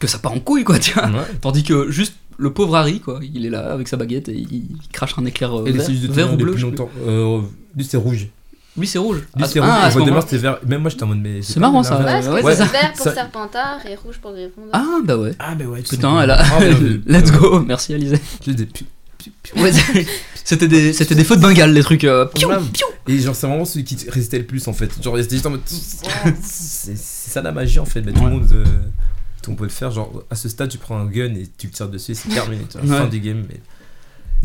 Que ça part en couille, quoi, tu vois. Ouais. Tandis que juste le pauvre Harry, quoi, il est là avec sa baguette et il il crache un éclair euh, Et vert, les de vert ou bleu. depuis je sais plus. longtemps. Euh, lui, c'est rouge. Lui c'est rouge. Lui, Ah, c'est ah, rouge. à et ce Voldemort, moment-là- c'était vert. Même moi, j'étais en mode, mais. C'est pas marrant le ça. vert. Ouais, parce ouais, que c'est c'est ça. vert pour Ça- Serpentard et rouge pour Gryffondor. Ah bah ouais. Ah, mais ouais, tout Putain, elle a... simplement. Ah, bah, euh, Let's go, merci Alizé. Juste des pu- pu- pu- Ouais, c'est- c'était des, c'était des feux de Bengale, les trucs. euh, piou, Grave. piou. Et genre, c'est vraiment celui qui résistait le plus en fait. Genre, il était juste en mode. C'est c'est ça la magie en fait. Bah, tout le Ouais. monde. euh, tout le monde peut le faire. Genre, à ce stade, tu prends un gun et tu le tires dessus et c'est terminé. tu vois. Ouais. Fin du game. Mais,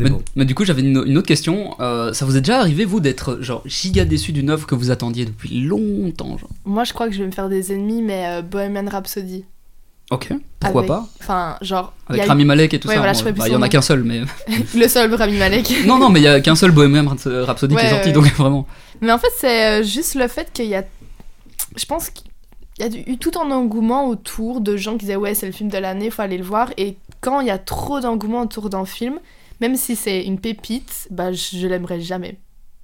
mais Mais, bon. mais du coup, j'avais une, une autre question. Euh, ça vous est déjà arrivé, vous, d'être genre giga déçu d'une œuvre que vous attendiez depuis longtemps genre Moi, je crois que je vais me faire des ennemis, mais euh, Bohemian Rhapsody. Ok, pourquoi Avec- pas Enfin, genre, il y Avec a Rami Malek et tout Ouais, ça. voilà, bon, je ferais bah, plus il y en son a nom. qu'un seul, mais. le seul Rami Malek. non, non, mais il y a qu'un seul Bohemian Rhapsody qui Ouais, est sorti, ouais. donc vraiment. Mais en fait, c'est euh, juste le fait qu'il y a. Je pense qu'il y a du- eu tout un engouement autour de gens qui disaient ouais, c'est le film de l'année, faut aller le voir. Et quand il y a trop d'engouement autour d'un film, même si c'est une pépite, bah je, je l'aimerais jamais.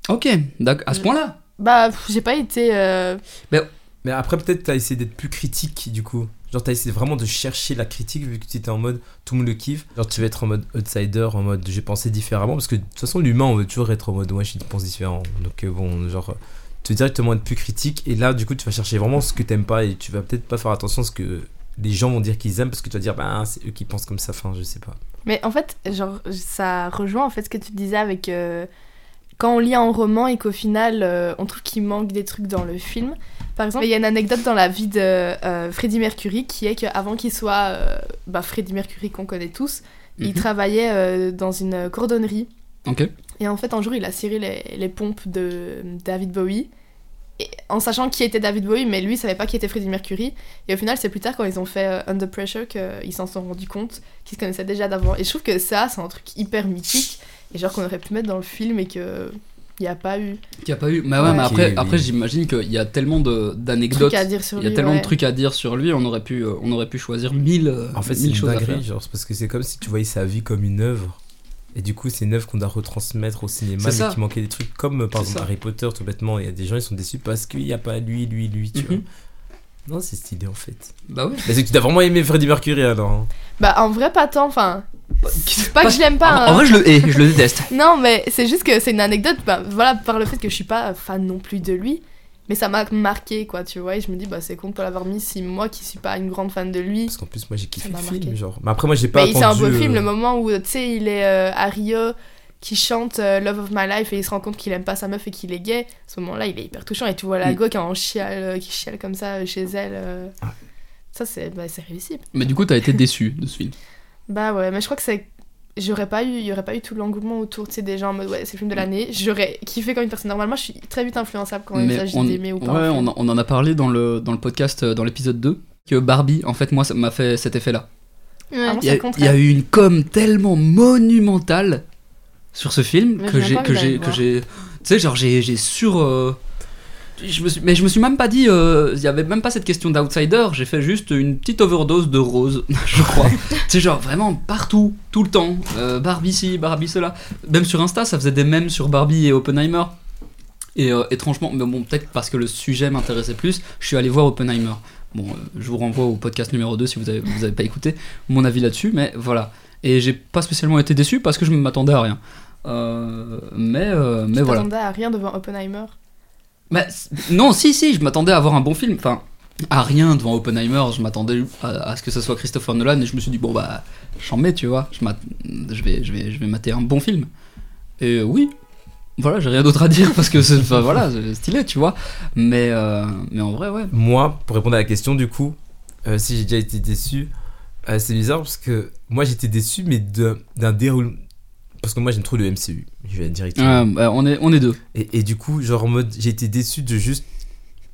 Ok, d'accord, à ce point-là Bah, pff, j'ai pas été. euh, mais après, peut-être, t'as essayé d'être plus critique du coup. Genre, t'as essayé vraiment de chercher la critique vu que tu étais en mode tout le monde le kiffe. Genre, tu vas être en mode outsider, en mode j'ai pensé différemment. Parce que de toute façon, l'humain, on veut toujours être en mode ouais, je pense différent. Donc, euh, bon, genre, tu veux directement être plus critique. Et là, du coup, tu vas chercher vraiment ce que t'aimes pas et tu vas peut-être pas faire attention à ce que les gens vont dire qu'ils aiment parce que tu vas dire, bah, c'est eux qui pensent comme ça. Enfin, je sais pas. Mais en fait, genre, ça rejoint en fait ce que tu disais avec euh, quand on lit un roman et qu'au final euh, on trouve qu'il manque des trucs dans le film. Par exemple, il y a une anecdote dans la vie de euh, Freddie Mercury qui est qu'avant qu'il soit euh, bah, Freddie Mercury qu'on connaît tous, il Mhm. travaillait euh, dans une cordonnerie. Ok. Et en fait, un jour, il a ciré les, les pompes de David Bowie. Et en sachant qui était David Bowie, mais lui, il savait pas qui était Freddie Mercury. Et au final, c'est plus tard, quand ils ont fait euh, Under Pressure, qu'ils s'en sont rendus compte, qu'ils se connaissaient déjà d'avant. Et je trouve que ça, c'est un truc hyper mythique, et genre qu'on aurait pu mettre dans le film et que il n'y a pas eu Qu'il n'y a pas eu. Mais ouais, Ouais. mais Qu'il y après, ait eu- après j'imagine qu'il y a tellement de- truc d'anecdotes. à dire sur Il lui. y a tellement ouais. de trucs à dire sur lui, on aurait pu, euh, on aurait pu choisir mille, euh, En fait, c'est mille une choses à faire. dinguerie, genre, c'est parce que c'est comme si tu voyais sa vie comme une œuvre. Et du coup, c'est une œuvre qu'on doit retransmettre au cinéma, C'est mais ça. qui manquait des trucs comme euh, par C'est exemple ça. Harry Potter, tout bêtement. Il y a des gens, ils sont déçus parce qu'il n'y a pas lui, lui, lui, tu Mhm. vois. Non, c'est stylé en fait. Bah ouais. Mais c'est que tu as vraiment aimé Freddie Mercury alors. hein. Bah, en vrai, pas tant. Enfin, c'est pas que je l'aime pas. En- hein. En vrai, je le hais, je le déteste. Non, mais c'est juste que c'est une anecdote, bah, voilà, par le fait que je suis pas fan non plus de lui, mais ça m'a marqué, quoi, tu vois, et je me dis, bah c'est con de pas l'avoir mis si moi qui suis pas une grande fan de lui. Parce qu'en plus, moi j'ai kiffé le m'a film, marqué. genre. Mais après, moi j'ai pas Bah, Mais c'est un attendu, beau euh, film, le moment où, tu sais, il est euh, à Rio qui chante euh, Love of My Life et il se rend compte qu'il aime pas sa meuf et qu'il est gay. À ce moment-là, il est hyper touchant et tu vois la Mm. go qui, en chiale, euh, qui chiale comme ça euh, chez elle. euh. Ça, c'est bah, c'est réussi. Mais du coup, t'as été déçu de ce film. Bah ouais, mais je crois que c'est j'aurais pas eu, il y aurait pas eu tout l'engouement autour, tu sais, des gens en mode ouais, c'est le film de Mm. l'année. J'aurais kiffé comme une personne. Normalement, je suis très vite influençable quand il Mais s'agit on, d'aimer ou pas. ouais, un film. on, en- on en a parlé dans le, dans le podcast, euh, dans l'épisode 2, que Barbie, en fait, moi, ça m'a fait cet effet-là. Ouais. Ah bon Il y, a- il y c'est le a contraire. eu une com tellement monumentale sur ce film Mais je que viens j'ai pas que d'aller j'ai le que voir. j'ai tu sais genre j'ai j'ai sur euh, je me suis- mais je me suis même pas dit euh, il y avait même pas cette question d'outsider j'ai fait juste une petite overdose de rose je crois tu sais genre vraiment partout tout le temps euh, Barbie ci Barbie cela même sur Insta ça faisait des mèmes sur Barbie et Oppenheimer et euh, étrangement mais bon peut-être parce que le sujet m'intéressait plus je suis allé voir Oppenheimer bon euh, je vous renvoie au podcast numéro 2 si vous avez, vous avez pas écouté mon avis là-dessus mais voilà et j'ai pas spécialement été déçu parce que je m'attendais à rien Euh, mais euh, mais Je voilà m'attendais à rien devant Oppenheimer. bah, c- non, si, si, je m'attendais à avoir un bon film. Enfin, à rien devant Oppenheimer, je m'attendais à, à ce que ce soit Christopher Nolan et je me suis dit, bon, bah, j'en mets, tu vois. Je, m'att- je, vais, je, vais, je vais mater un bon film. Et euh, oui, voilà, j'ai rien d'autre à dire parce que c'est enfin, voilà, c'est stylé, tu vois. Mais, euh, mais en vrai, ouais. Moi, pour répondre à la question, du coup, euh, si j'ai déjà été déçu, euh, c'est bizarre parce que moi j'étais déçu, mais de- d'un déroulement. Parce que moi j'aime trop le MCU, je vais directement. Euh, bah, on, est, on est deux. Et, et du coup, genre en mode, j'ai été déçu de juste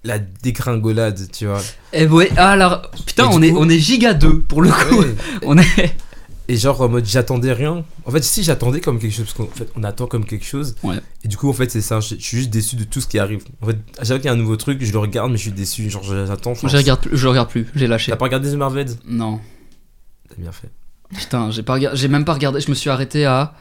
la dégringolade, tu vois. Et ouais, ah, alors, putain, Et du on est, coup- on est giga deux pour le coup. Ouais. On est. Et genre en mode, j'attendais rien. En fait, si j'attendais comme quelque chose, parce qu'en fait, on attend comme quelque chose. Ouais. Et du coup, en fait, c'est ça, je je suis juste déçu de tout ce qui arrive. En fait, à chaque fois qu'il y a un nouveau truc, je le regarde, mais je suis déçu. Genre, je- j'attends. Je, regarde, plus- je regarde plus, j'ai lâché. T'as pas regardé The Marvel Non. T'as bien fait. Putain, j'ai pas regardé, j'ai même pas regardé. Je me suis arrêté à.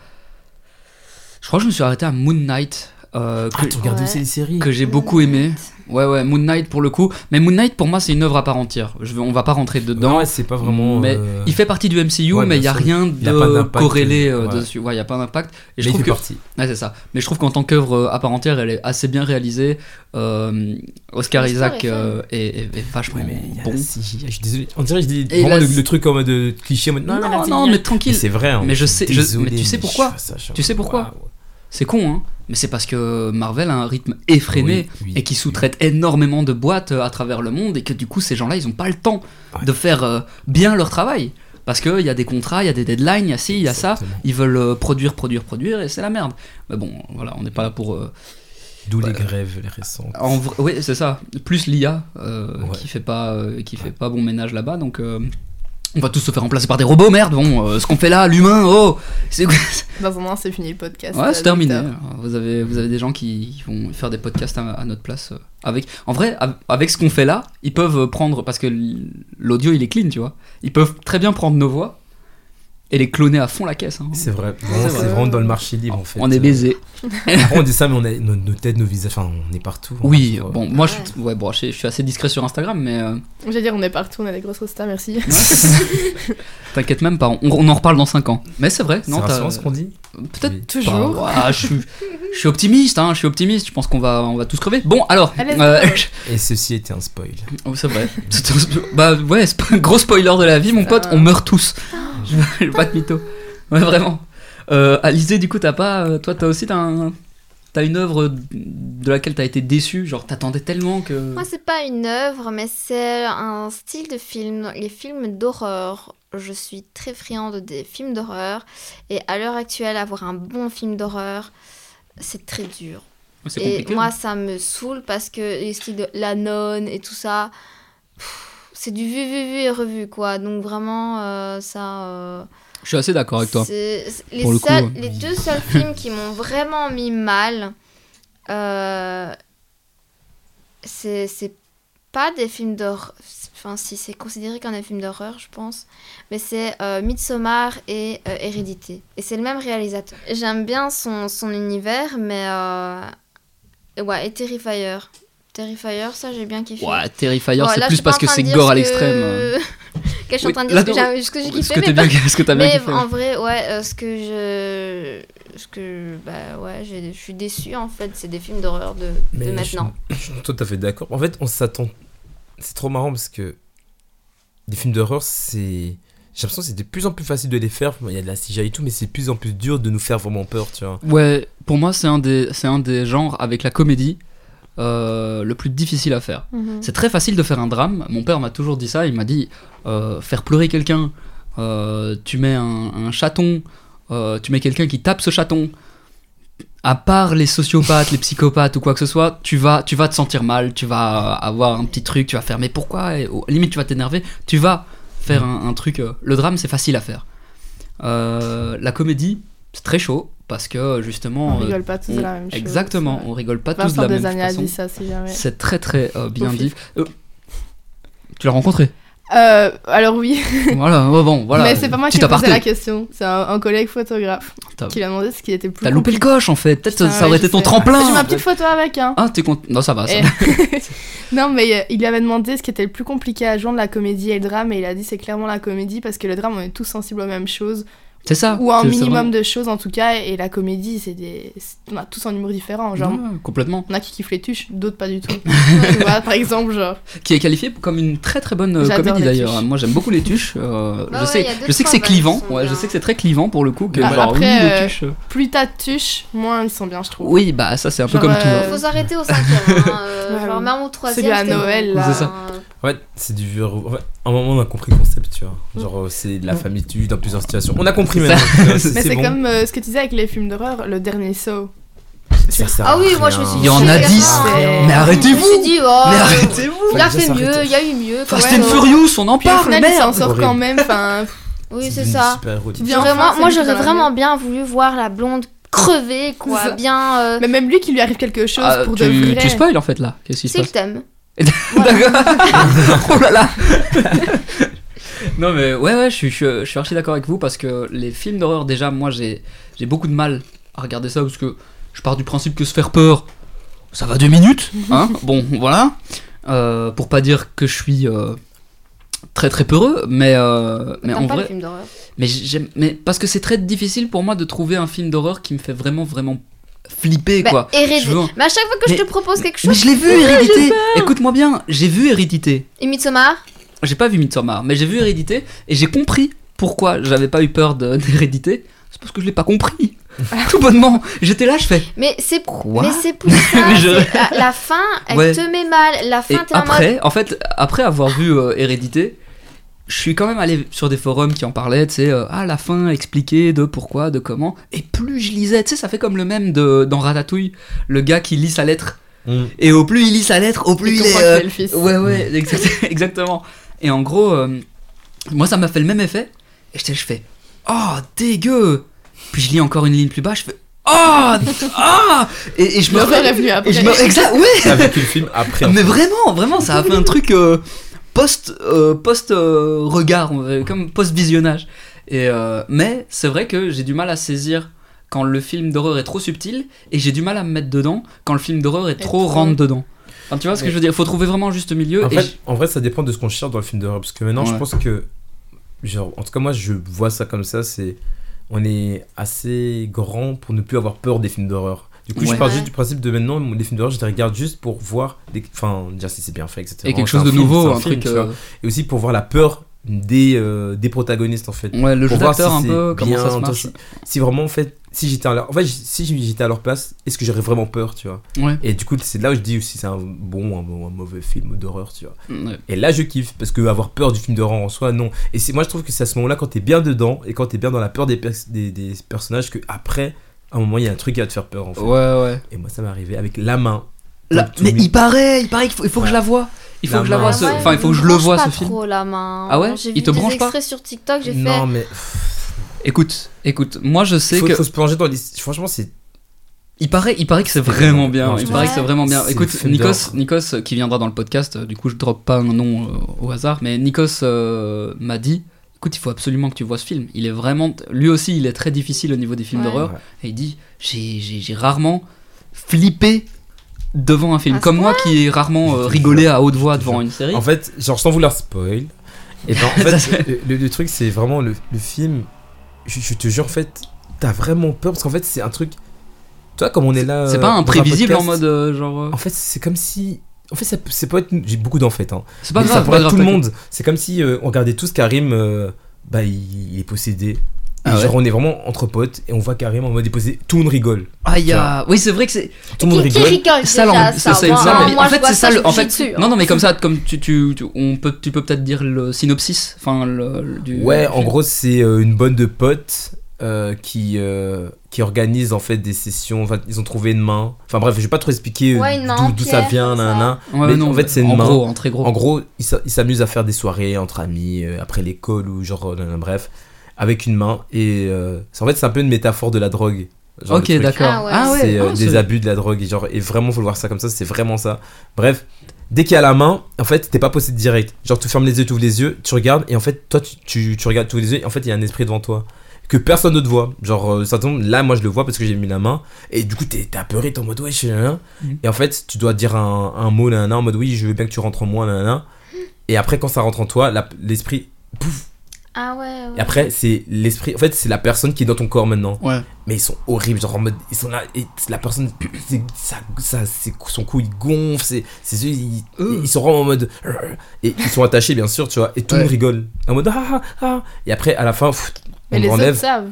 Je crois que je me suis arrêté à Moon Knight. euh, que, regardes Ouais. aussi les séries que j'ai beaucoup aimé. Ouais, ouais, Moon Knight pour le coup. Mais Moon Knight pour moi c'est une œuvre à part entière. Je, veux- on va pas rentrer dedans. Non, ouais, c'est pas vraiment. mais euh, il fait partie du MCU, Ouais, mais il y bien a sûr. rien Il y a pas de d'impact, corrélé euh, ouais. dessus. Ouais, il y a pas d'impact. Et mais je il trouve fait que partie. Ouais, c'est ça. Mais je trouve qu'en tant qu'œuvre euh, à part entière, elle est assez bien réalisée. Euh, Oscar L'histoire Isaac est fun. euh, est, est- est vachement Ouais, mais il y a bon. la CGI. Je suis désolé. On dirait que je dis Et vraiment la- le, le truc en mode euh, cliché. En mode, non, non, non, non, non, mais tranquille. c'est vrai. hein. Mais je sais- je- Désolé, mais tu sais je pourquoi fais ça, je- Tu sais pourquoi Waouh. C'est con, hein. Mais c'est parce que Marvel a un rythme effréné. Ah Oui, oui, et qui oui. sous-traite énormément de boîtes euh, à travers le monde et que du coup ces gens-là ils ont pas le temps Ouais. de faire euh, bien leur travail parce qu'il y a des contrats, il y a des deadlines, il y a ci, il y a ça. Exactement. Ils veulent euh, produire, produire, produire et c'est la merde. Mais bon, voilà, on n'est pas là pour. euh, D'où les Ouais. grèves, les récentes. en vrai- oui, c'est ça. Plus l'IA euh, Ouais. qui fait pas, euh, qui fait pas bon ménage là-bas. Donc euh, on va tous se faire remplacer par des robots, merde. Bon, euh, ce qu'on fait là, l'humain, oh, c'est Dans un an, c'est fini le podcast. Ouais, euh, c'est terminé. Docteur. Alors, Vous avez, vous avez des gens qui qui vont faire des podcasts à, à notre place. euh, Avec, en vrai, av- avec ce qu'on fait là, ils peuvent euh, prendre, parce que l- l'audio il est clean, tu vois. Ils peuvent très bien prendre nos voix et les cloner à fond la caisse. hein. C'est vrai. Vraiment, c'est C'est vrai. vraiment dans le marché libre en fait. euh, On est baisé. Après, on dit ça, mais on a nos, nos têtes, nos visages. Enfin, on est partout. hein, Oui, sur, euh, bon, moi je, suis- ouais, bon, je, suis- je suis assez discret sur Instagram, mais euh, Je veux dire, on est partout, on a des grosses stars, merci. t'inquiète même pas, on, on en reparle dans 5 ans. Mais c'est vrai, C'est non, t'as- rassurant ce qu'on dit. peut-être Oui. Toujours. Enfin, ouah, je, suis, je suis optimiste, hein, je suis optimiste, je pense qu'on va, on va tous crever. Bon, alors, Allez, euh, Et ceci était un spoil. Oh, c'est vrai. C'est un spo- bah ouais, c'est pas un gros spoiler de la vie, mon pote, on meurt tous. Je je vais pas de mytho. Ouais, vraiment. Euh, Alizé, du coup, t'as pas. euh, Toi, t'as aussi t'as un- t'as une œuvre de laquelle t'as été déçu, genre t'attendais tellement que. Moi, c'est pas une œuvre, mais c'est un style de film. Les films d'horreur. Je suis très friande des films d'horreur. Et à l'heure actuelle, avoir un bon film d'horreur, c'est très dur. C'est Et compliqué. hein. moi, ça me saoule parce que les styles de La Nonne et tout ça, pff, c'est du vu, vu, vu et revu, quoi. Donc vraiment, euh, ça... euh, Je suis assez d'accord avec toi. c'est- c'est- les, Pour le coup, euh, seuls- ouais. les deux seuls films qui m'ont vraiment mis mal, euh, c'est c'est pas des films d'horreur. Enfin, si c'est considéré comme des films d'horreur, je pense. Mais c'est euh, Midsommar et euh, Hérédité. Et c'est le même réalisateur. J'aime bien son, son univers, mais. euh, et Ouais, et Terrifier. Terrifier, ça j'ai bien kiffé. Ouais, Terrifier, Bon, c'est là, je plus suis pas parce en que train c'est de dire gore ce à que- l'extrême. hein. que je suis en Oui, train de dire là, ce que non, j'ai- ce que j'ai Ce kiffé, que mais t'as pas- bien, ce que t'as bien mais kiffé. hein. en vrai, ouais, euh, ce que je. Ce que. Bah ouais, j'ai- je suis déçue en fait, c'est des films d'horreur de, de Mais maintenant. Je, je suis tout à fait d'accord. En fait, on s'attend. C'est trop marrant parce que les films d'horreur, c'est. J'ai l'impression que c'est de plus en plus facile de les faire. Il y a de la CGI et tout, mais c'est de plus en plus dur de nous faire vraiment peur, tu vois. Ouais, pour moi, c'est un, des- c'est un des genres avec la comédie euh, le plus difficile à faire. Mhm. C'est très facile de faire un drame. Mon père m'a toujours dit ça. Il m'a dit euh, faire pleurer quelqu'un, euh, tu mets un, un chaton, euh, tu mets quelqu'un qui tape ce chaton, à part les sociopathes, les psychopathes ou quoi que ce soit, tu vas, tu vas te sentir mal, tu vas euh, avoir un petit truc, tu vas faire mais pourquoi et, au- Limite, tu vas t'énerver, tu vas faire un, un truc. euh, le drame, c'est facile à faire. Euh, la comédie, c'est très chaud parce que justement. On euh, rigole pas tous de la on- même chose. Exactement, c'est vrai. on rigole pas tous de Vincent la des même années a façon. dit ça, si jamais. C'est très très euh, bien Au dit. Euh, tu l'as rencontré Euh, alors oui, Voilà, ouais, bon, voilà. mais c'est pas moi qui Petit ai posé aparté. la question. C'est un, un collègue photographe T'as- qui lui a demandé ce qui était plus. T'as loupé le coche en fait, peut-être Putain, ça aurait ouais, été je ton sais. J'ai ma tremplin petite photo avec, hein. Ah, t'es content Non, ça va, ça Et- va. non, mais euh, il lui avait demandé ce qui était le plus compliqué à joindre, la comédie et le drame, et il a dit c'est clairement la comédie parce que le drame, on est tous sensibles aux mêmes choses, C'est ça. ou à un Ah, c'est- c'est minimum de choses en tout cas, et la comédie, c'est des. c'est- On a tous un humour différent, genre. vraiment- Ouais, complètement. On a qui kiffent les tuches, d'autres pas du tout. tu vois, par exemple, genre. Qui est qualifié comme une très très bonne euh, J'adore comédie les d'ailleurs. tuches. Moi j'aime beaucoup les tuches. euh, Bah je ouais, sais, y a deux, je sais que trois c'est vannes clivant. qui sont Ouais, je bien. sais que c'est très clivant pour le coup. Que, Bah, genre, après, oui, les euh, tuches, euh, Plus t'as de tuches, moins ils sont bien, je trouve. Oui, bah ça c'est un peu genre, comme tout. euh, Faut s'arrêter au cinquième. Hein, euh, Ouais, genre oui. même au troisième. Celui à c'était bon. Noël, là. C'est ça. Hein, En fait, c'est du vieux. en fait, à un moment, on a compris le concept, tu vois. Mm. Genre, euh, c'est de la famille tu dans plusieurs situations. On a compris C'est maintenant. tu vois, Mais c'est bon. comme euh, ce que tu disais avec les films d'horreur, le dernier saut. Ça sert Ah à oui, rien. moi, je me suis Il y en a c'est 10. vraiment- Mais Je me suis arrêtez-vous dit, oh, Mais arrêtez-vous il a Faut déjà fait mieux, s'arrêter. il y a eu mieux. quand Fast Ouais, and même. non. Furious, on en Puis au parle, final, il s'en merde sort Horrible. quand même. Enfin, Oui, c'est devenu ça. super érotique. Tu viens- Vraiment, enfin, moi c'est j'aurais dans la vraiment vie. bien voulu voir la blonde crever, C'est quoi. ça. Bien. euh, mais même lui qui lui arrive quelque chose Ah, pour de tu, vrai. tu spoil en fait là, qu'est-ce qui se C'est le passe thème. D'accord. oh là là. non mais ouais ouais, je suis, je, je suis archi d'accord avec vous parce que les films d'horreur déjà, moi j'ai j'ai beaucoup de mal à regarder ça parce que je pars du principe que se faire peur, ça va deux minutes, hein Bon voilà. Euh, pour pas dire que je suis euh, très très peureux, mais euh, mais en T'aimes pas les vrai, films d'horreur. mais j'aime, mais parce que c'est très difficile pour moi de trouver un film d'horreur qui me fait vraiment vraiment flipper Bah, quoi. Hérédité. Je veux- Mais à chaque fois que Mais- je te propose quelque Mais chose, je l'ai vu Hérédité. Écoute-moi bien, j'ai vu Hérédité. et Midsommar, J'ai pas vu Midsommar, mais j'ai vu Hérédité et j'ai compris pourquoi j'avais pas eu peur de- d'Hérédité. C'est parce que je l'ai pas compris. Tout bonnement. J'étais là, je fais. mais c'est Quoi mais c'est pour ça. Mais je- c'est- la, la fin, elle Ouais. te met mal. La Et fin, t'es en mode. après, en fait, après avoir vu euh, Hérédité, je suis quand même allé sur des forums qui en parlaient, tu sais, euh, ah la fin expliquée de pourquoi, de comment. Et plus je lisais, tu sais, ça fait comme le même de, dans Ratatouille, le gars qui lit sa lettre. Mm. Et au plus il lit sa lettre, au plus Il il, comprend est. que euh, c'est le fils. Ouais, ouais, exact- exactement. Et en gros, euh, moi, ça m'a fait le même effet. Et j'étais, je fais, oh, dégueu. Puis je lis encore une ligne plus bas, je fais, oh, ah. Et, et je me. L'horreur est re- venue Et après. je me. Exact, ouais. T'as vécu le film après. en Mais fait. vraiment, vraiment, ça a fait un truc euh, post euh, post euh, regard, on va- comme post visionnage. Et euh, mais c'est vrai que j'ai du mal à saisir quand le film d'horreur est trop subtil et j'ai du mal à me mettre dedans quand le film d'horreur est trop trop- rentre dedans. Enfin, tu vois ce que je veux dire Faut trouver vraiment un juste milieu. En, et fait, j- en vrai, ça dépend de ce qu'on cherche dans le film d'horreur. Parce que maintenant, je Ouais. pense que. Genre, en tout cas, moi, je vois ça comme ça. C'est. On est assez grand pour ne plus avoir peur des films d'horreur. Du coup, je Ouais. pars Ouais. juste du principe de maintenant, les films d'horreur, je les regarde juste pour voir. Des... Enfin, dire si c'est bien fait, etc. et quelque C'est chose un de film, nouveau, c'est un, film, truc. tu vois. euh, Et aussi pour voir la peur des, euh, des protagonistes, en fait. ouais, le jeu pour voir d'acteur si un c'est peu, comment bien, ça se attends, marche. si, si vraiment en fait si j'étais à leur en fait si j'étais à leur place est-ce que j'aurais vraiment peur tu vois Ouais. et du coup c'est là où je dis si c'est un bon ou un, mau- un mauvais film d'horreur tu vois Ouais. et là je kiffe parce que avoir peur du film d'horreur en soi non et c'est moi je trouve que c'est à ce moment là quand t'es bien dedans et quand t'es bien dans la peur des, pers- des, des personnages que après à un moment il y a un truc qui va te faire peur en fait Ouais, ouais. et moi ça m'est arrivé avec la main Là, Tout- tout mais mis- il paraît, il paraît qu'il faut, il faut que je la voie. Il faut La que je la main. vois. Ah ce- ouais, Enfin, il il faut que me je le branche vois pas ce film. trop la main. Ah ouais J'ai Il vu te des branche pas extraits sur TikTok, j'ai fait. non mais Écoute, écoute, moi je sais faut, que faut se plonger dans les... franchement c'est Il paraît, il paraît que c'est C'est vraiment vraiment- bien. non, il c'est paraît vrai. que c'est vraiment bien. C'est Écoute, le film Nikos, d'or. Nikos euh, qui viendra dans le podcast, euh, du coup je drop pas un nom euh, au hasard, mais Nikos euh, m'a dit, écoute, il faut absolument que tu vois ce film. Il est vraiment, lui aussi, il est très difficile au niveau des films Ouais. d'horreur. Ouais. Et il dit, j'ai- j'ai j'ai rarement flippé devant un film, À ce comme moi qui ai rarement euh, Je te rigolé jure. à haute voix Je te devant jure. une série. En fait, genre sans vouloir spoil, et ben, en Ça, fait, c'est- le, le- le truc c'est vraiment le, le film. Je, je te jure, en fait, t'as vraiment peur parce qu'en fait, c'est un truc. Toi, comme on est là. c'est euh, pas dans un imprévisible en podcast, Oh, mode euh, genre. euh, En fait, c'est comme si. En fait, ça, peut- c'est pas être. J'ai beaucoup d'en fait. Hein. C'est pas Mais grave, ça c'est pourrait pas être grave. tout le t'inquiète. monde. C'est comme si euh, on regardait tous Karim. euh, bah, il, il est possédé. Et Ah ouais. Genre, on est vraiment entre potes et on voit Karim en mode possédé. Tout le monde rigole. Aïe, ah, oui, c'est vrai que c'est. Tout le monde Qui- qui rigole. rigole ça, déjà, l'en- ça, c'est moi, ça, hein, mais moi, en je fait vois c'est ça je le- en me chie fait dessus, hein. non non mais comme ça comme tu tu, tu- on peut tu peux peut-être dire le synopsis enfin le, le- du Ouais, du en film. gros, c'est euh, une bande de potes euh, qui, euh, qui organise en fait des sessions. Enfin, ils ont trouvé une main. Enfin bref, je vais pas trop expliquer euh, Ouais, d'où- une main en d'où ça pierre, vient. comme ça. nanana. Ouais, Mais non, en fait, c'est en une main. gros, en très gros. En gros, ils s'a- ils s'amusent à faire des soirées entre amis, euh, après l'école ou genre, euh, nanana, bref, avec une main. Et euh, c'est- en fait, c'est un peu une métaphore de la drogue. genre le ok, truc. d'accord. Ah ouais. C'est euh, ah, des abus de la drogue. Et, genre, et vraiment, faut le voir ça comme ça, c'est vraiment ça. Bref, dès qu'il y a la main, en fait, t'es pas possédé direct. Genre, tu fermes les yeux, tu ouvres les yeux, tu regardes, et en fait, toi, tu, tu, tu regardes, tu ouvres les yeux, et en fait, il y a un esprit devant toi. Que personne ne te voit. Genre, euh, ça tombe, là, moi, je le vois parce que j'ai mis la main. Et du coup, t'es t'es apeuré, t'es en mode, ouais, je suis nanana. Mhm. Et en fait, tu dois dire un, un mot, nanana, en mode, oui, je veux bien que tu rentres en moi, nanana. Et après, quand ça rentre en toi, la- l'esprit. Pouf. Ah ouais, ouais. Et après, c'est l'esprit. En fait, c'est la personne qui est dans ton corps maintenant Ouais. mais ils sont horribles genre en mode ils sont là et la personne c'est- ça, ça c'est- son cou il gonfle c'est ses yeux ils, Euh. ils sont vraiment en mode et ils sont attachés bien sûr tu vois et tout le Ouais. monde rigole en mode ah, ah, ah. et après à la fin pff, Mais on les autres enlève savent.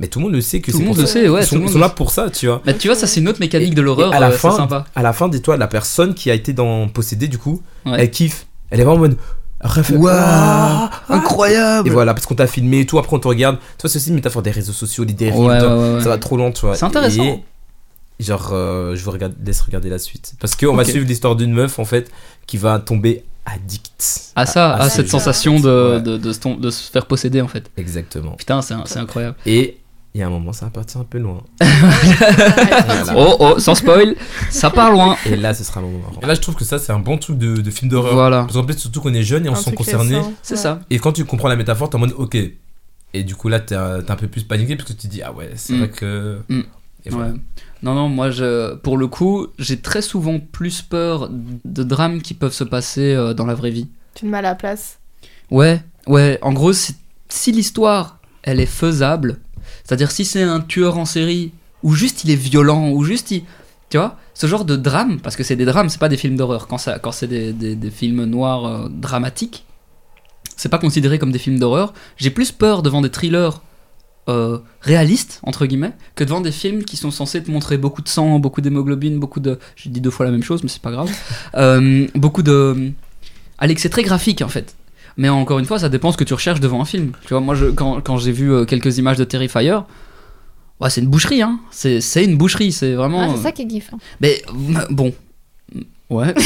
mais tout le monde le sait que Tout c'est le pour monde ça le sait, ouais. ils tout sont, le ils monde sont le là sait. pour ça tu vois Bah, tu vois, ça, c'est une autre mécanique de l'horreur. et à la euh, c'est fin- sympa. à la fin des toits la personne qui a été dans possédée du coup Ouais. elle kiffe elle est vraiment en mode après elle fait, Waouh, Ah, ah. Incroyable. et voilà parce qu'on t'a filmé et tout après on te regarde tu vois c'est aussi une métaphore des réseaux sociaux des dérives Ouais, ouais, tu vois. ouais, ouais. ça va trop lent, tu vois. C'est intéressant. Et, genre, euh, je vous regarde, laisse regarder la suite. Parce qu'on va Ok. suivre l'histoire d'une meuf, en fait, qui va tomber addict. À ça, à, cette Ah, c'est- ce jeu. sensation de, Ouais, de, de se tom- de se faire posséder en fait. Exactement. Putain, c'est un- c'est incroyable. Et il y a un moment, ça va partir un peu loin. Voilà. Oh oh, sans spoil, ça part loin. Et là, ce sera un moment marrant. Et là, je trouve que ça, c'est un bon truc de, de film d'horreur. Voilà. Parce qu'en plus, surtout qu'on est jeune et on Un se sent truc concerné. récent. C'est Ouais. ça. Et quand tu comprends la métaphore, t'es en mode ok. Et du coup, là, t'es un, t'es un peu plus paniqué parce que tu te dis ah ouais, c'est Mm. vrai que. Mm. Et voilà. Ouais. Non, non, moi, je, pour le coup, j'ai très souvent plus peur de drames qui peuvent se passer euh, dans la vraie vie. Tu te mets à la place. Ouais, ouais, en gros, si, si l'histoire, elle est faisable, c'est-à-dire si c'est un tueur en série, ou juste il est violent, ou juste il... Tu vois, ce genre de drame, parce que c'est des drames, c'est pas des films d'horreur, quand, ça- quand c'est des, des- des films noirs euh, dramatiques, c'est pas considéré comme des films d'horreur. J'ai plus peur devant des thrillers euh, réalistes, entre guillemets, que devant des films qui sont censés te montrer beaucoup de sang, beaucoup d'hémoglobine, beaucoup de... J'ai dit deux fois la même chose, mais c'est pas grave. Euh, beaucoup de... Allez, que c'est très graphique, en fait. Mais encore une fois, ça dépend ce que tu recherches devant un film. Tu vois, moi, je, quand, quand j'ai vu euh, quelques images de Terrifier, ouais, c'est une boucherie, hein. C'est c'est une boucherie, c'est vraiment... Ah, c'est ça qui est kiffant. Mais euh, bon. Ouais.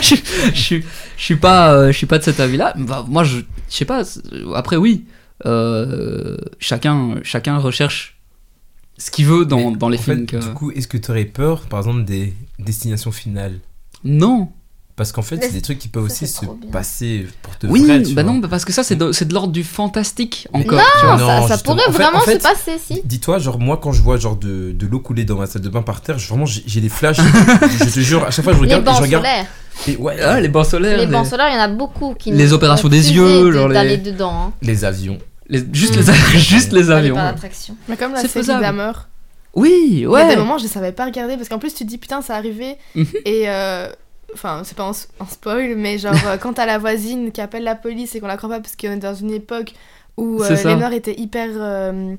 je, je, suis- je suis pas euh, je suis pas de cet avis-là. Bah, moi je je sais pas c'est- après oui. Euh, chacun chacun recherche ce qu'il veut dans, Mais dans les en films fait, que- Du coup, est-ce que t'aurais peur, par exemple, des destinations finales Non. Parce qu'en fait, Mais c'est des trucs qui peuvent ça, aussi c'est se trop bien. passer pour de Oui, vrai. tu bah vois. non, bah parce que ça c'est de, c'est de l'ordre du fantastique Mais- encore. Tu vois, Non, ça, ça justement. pourrait En fait- vraiment en fait, se passer, si. di- Dis-toi, genre, moi, quand je vois genre de, de l'eau couler dans ma salle de bain par terre, je- vraiment, j'ai j'ai des flashs. je te jure, à chaque fois, je Les regarde et bancs je regarde. solaires. et ouais, Ah, les bancs solaires, Les les- bancs solaires, il y en a beaucoup qui Les nous opérations ont des refusé yeux, de- genre les- d'aller dedans. hein. les avions. les- juste Mm. les a- juste les D'aller avions. par l'attraction. Mais comme la C'est série faisable. d'Hammer. Oui, Il y a ouais. des moments, je savais pas regarder parce qu'en plus, tu te dis putain, ça arrivé. Mhm. et euh, enfin, c'est pas un, s- un spoil, mais genre, euh, quand t'as la voisine qui appelle la police et qu'on la croit pas parce qu'on est dans une époque où C'est euh, ça. les Noirs étaient hyper euh,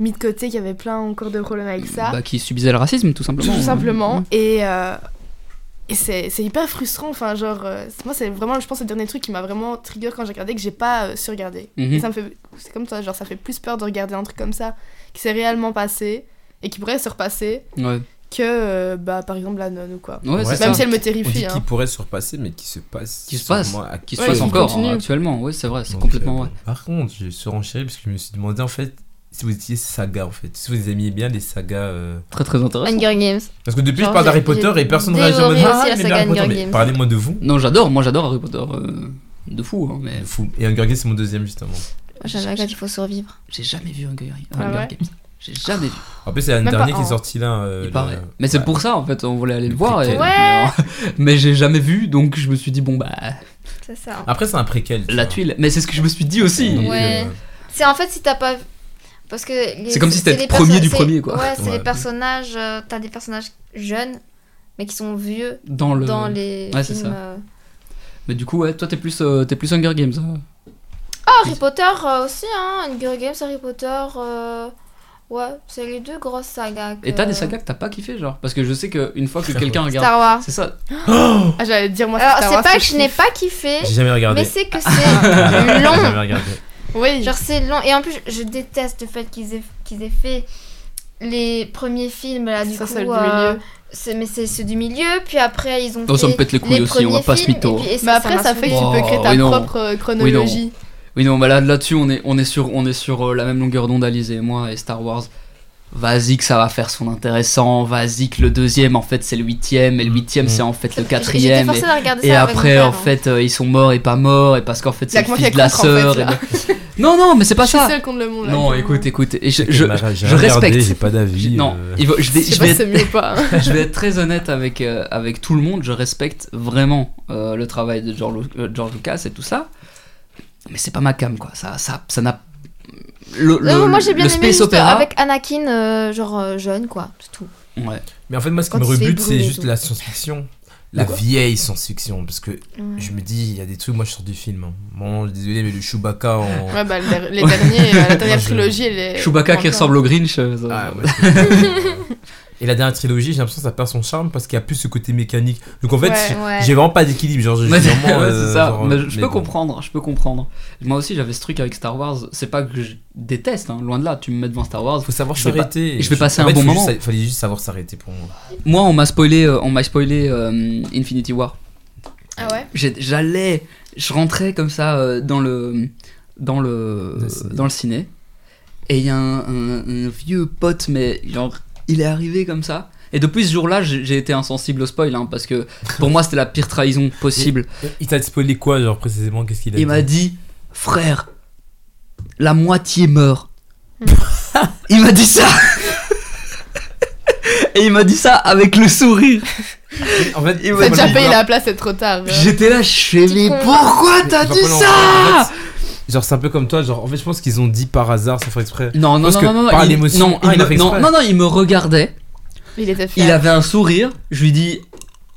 mis de côté, qu'il y avait plein encore de problèmes avec ça. Bah, Mhm. qui subissait le racisme tout tout simplement. simplement. Et. euh, et c'est c'est hyper frustrant, enfin genre, euh, c'est- moi c'est vraiment, je pense, le dernier truc qui m'a vraiment trigger quand j'ai regardé, que j'ai pas euh, surregardé. Mhm. Et ça me fait, c'est comme toi, genre ça fait plus peur de regarder un truc comme ça, qui s'est réellement passé, et qui pourrait se repasser, Ouais. que euh, bah par exemple la nonne ou quoi. Ouais, Ouais, c'est Même ça. si elle me On dit terrifie. qui Hein. pourrait se repasser, mais qui se passe. Qui se passe, sûrement à- Qui se Ouais, passe qui encore continue. hein, actuellement, oui, c'est vrai, c'est Donc, complètement euh, vrai. Par contre, je surenchéris parce que je me suis demandé en fait si vous étiez saga en fait. Si vous aimiez bien les sagas. euh, Très très intéressant. Hunger Games. Parce que depuis, Genre, je parle j'ai- d'Harry Potter j'ai et personne ne réagit en mode dévoré Ah, aussi la mais saga Harry Potter, Hunger mais Games. Parlez-moi de vous. Non, j'adore, moi j'adore Harry Potter euh, de fou, hein, mais De fou. Et Hunger Games, c'est mon deuxième justement. J'aime bien quand il faut survivre. j'ai jamais vu Hunger, Games. Ah Hunger ouais Games. J'ai jamais vu, En plus, il y a un Même pas dernier qui est un. sorti là. euh, il le- paraît. Mais c'est ouais. pour ça en fait, on voulait aller le Le voir. et- préquel. mais, mais j'ai jamais vu, donc je me suis dit bon bah C'est ça. Après, c'est un préquel. tu la vois. tuile. Mais c'est ce que je me suis dit aussi. Donc, Ouais. euh, C'est en fait si t'as pas. Parce que. les- C'est comme si c'était des le premier perso- du c'est- premier, quoi. Ouais, c'est Ouais. les personnages. euh, T'as des personnages jeunes, mais qui sont vieux euh, Dans le. dans les Ouais, c'est films. ça. euh, Mais du coup, ouais, toi t'es plus, euh, t'es plus Hunger Games. hein. Ah, Harry Potter euh, aussi, hein. Hunger Games, Harry Potter. euh, Ouais, c'est les deux grosses sagas. Et que- t'as des sagas que t'as pas kiffé, genre Parce que je sais qu'une fois que Star quelqu'un Wars. regarde. Star Wars. C'est ça. Ah, j'allais dire moi. Alors, Star c'est Wars, pas que je je n'ai kiffe. pas kiffé, J'ai jamais regardé. mais c'est que c'est long. J'ai jamais regardé. Oui, Genre c'est long. Et en plus, je déteste le fait qu'ils aient, qu'ils aient fait les premiers films là du ça, coup. c'est le euh, milieu. c'est- mais c'est ceux du milieu. Puis après, ils ont. Non, ça fait me pète les couilles aussi, premiers on va pas se films, mytho, et puis- et Mais après, m'a ça fait que saoulée. tu peux créer ta Oh, oui, non. propre euh, chronologie. Oui, non, bah là, là-dessus, on est, on est sur, on est sur euh, la même longueur d'onde, Alizé et moi, et Star Wars. Vas-y que ça va faire son intéressant, vas-y que le deuxième, en fait, c'est le huitième, et le huitième, Mhm. c'est en fait le J'étais quatrième. forcée et- de regarder Et, ça avec mon après, en père, hein. fait, euh, ils sont morts et pas morts, et parce qu'en fait, Y'a c'est que le moi fils qui de la comprends, en fait, sœur. et là. ben- non, non, mais c'est pas je suis ça. seule contre le monde. là, Non, actuellement. écoute, écoute, et je, J'ai je, regardé, je respecte. J'ai pas d'avis. non, euh, il va- je vais, Je sais je pas vais si être c'est mieux ou pas. hein. je vais être très honnête avec, euh, avec tout le monde, je respecte vraiment euh, le travail de George, Lu- euh, George Lucas et tout ça, mais c'est pas ma cam quoi, ça ça ça n'a le, Non, le- moi j'ai bien le aimé space juste opéra avec Anakin, euh, genre euh, jeune quoi, c'est tout. ouais. Mais en fait, moi, ce qui Quand me il s'est rebute, c'est brûlé, juste donc. la science-fiction. La De quoi vieille science-fiction. Parce que Ouais. je me dis, il y a des trucs, moi, je sors du film. hein. Bon, désolé, mais le Chewbacca en. Ouais, bah, le der- les derniers, euh, la dernière je- trilogie, elle est. Ah, Chewbacca qui encore. ressemble au Grinch. euh, ça- Ah, ouais, c'est- Et la dernière trilogie, j'ai l'impression que ça perd son charme parce qu'il y a plus ce côté mécanique. Donc en fait, Ouais, j'ai- ouais. j'ai vraiment pas d'équilibre. Genre, j'ai Ouais, c'est vraiment. ouais, euh, c'est ça. genre, mais je je mais peux bon. comprendre, je peux comprendre. Moi aussi j'avais ce truc avec Star Wars, c'est pas que je déteste, hein, loin de là, tu me mets devant Star Wars. Faut savoir Je vais s'arrêter. pas- bah, je vais passer en un fait, bon faut juste moment. sa- fallait juste savoir s'arrêter pour moi. Moi on m'a spoilé, euh, on m'a spoilé euh, Infinity War. Ah ouais J'ai- j'allais je rentrais comme ça euh, dans le dans le Le ciné. dans le ciné et il y a un, un- un vieux pote mais genre il est arrivé comme ça et depuis ce jour-là j'ai j'ai été insensible au spoil hein, parce que pour moi c'était la pire trahison possible Il t'a spoilé quoi, genre précisément Qu'est-ce qu'il a il m'a dit frère la moitié meurt il m'a dit ça et il m'a dit ça avec le sourire En fait, il m'a T'as dit- déjà payé la place, c'est trop tard. euh. j'étais là je fais mais pourquoi t'as dit ça Genre, c'est un peu comme toi. Genre, en fait, je pense qu'ils ont dit par hasard sans faire exprès. Non, non, Parce non, que non, non, par il- l'émotion, non, ah, il il a me- fait non, exprès. non, non, il me regardait, Il était fier. il avait un sourire, je lui dis,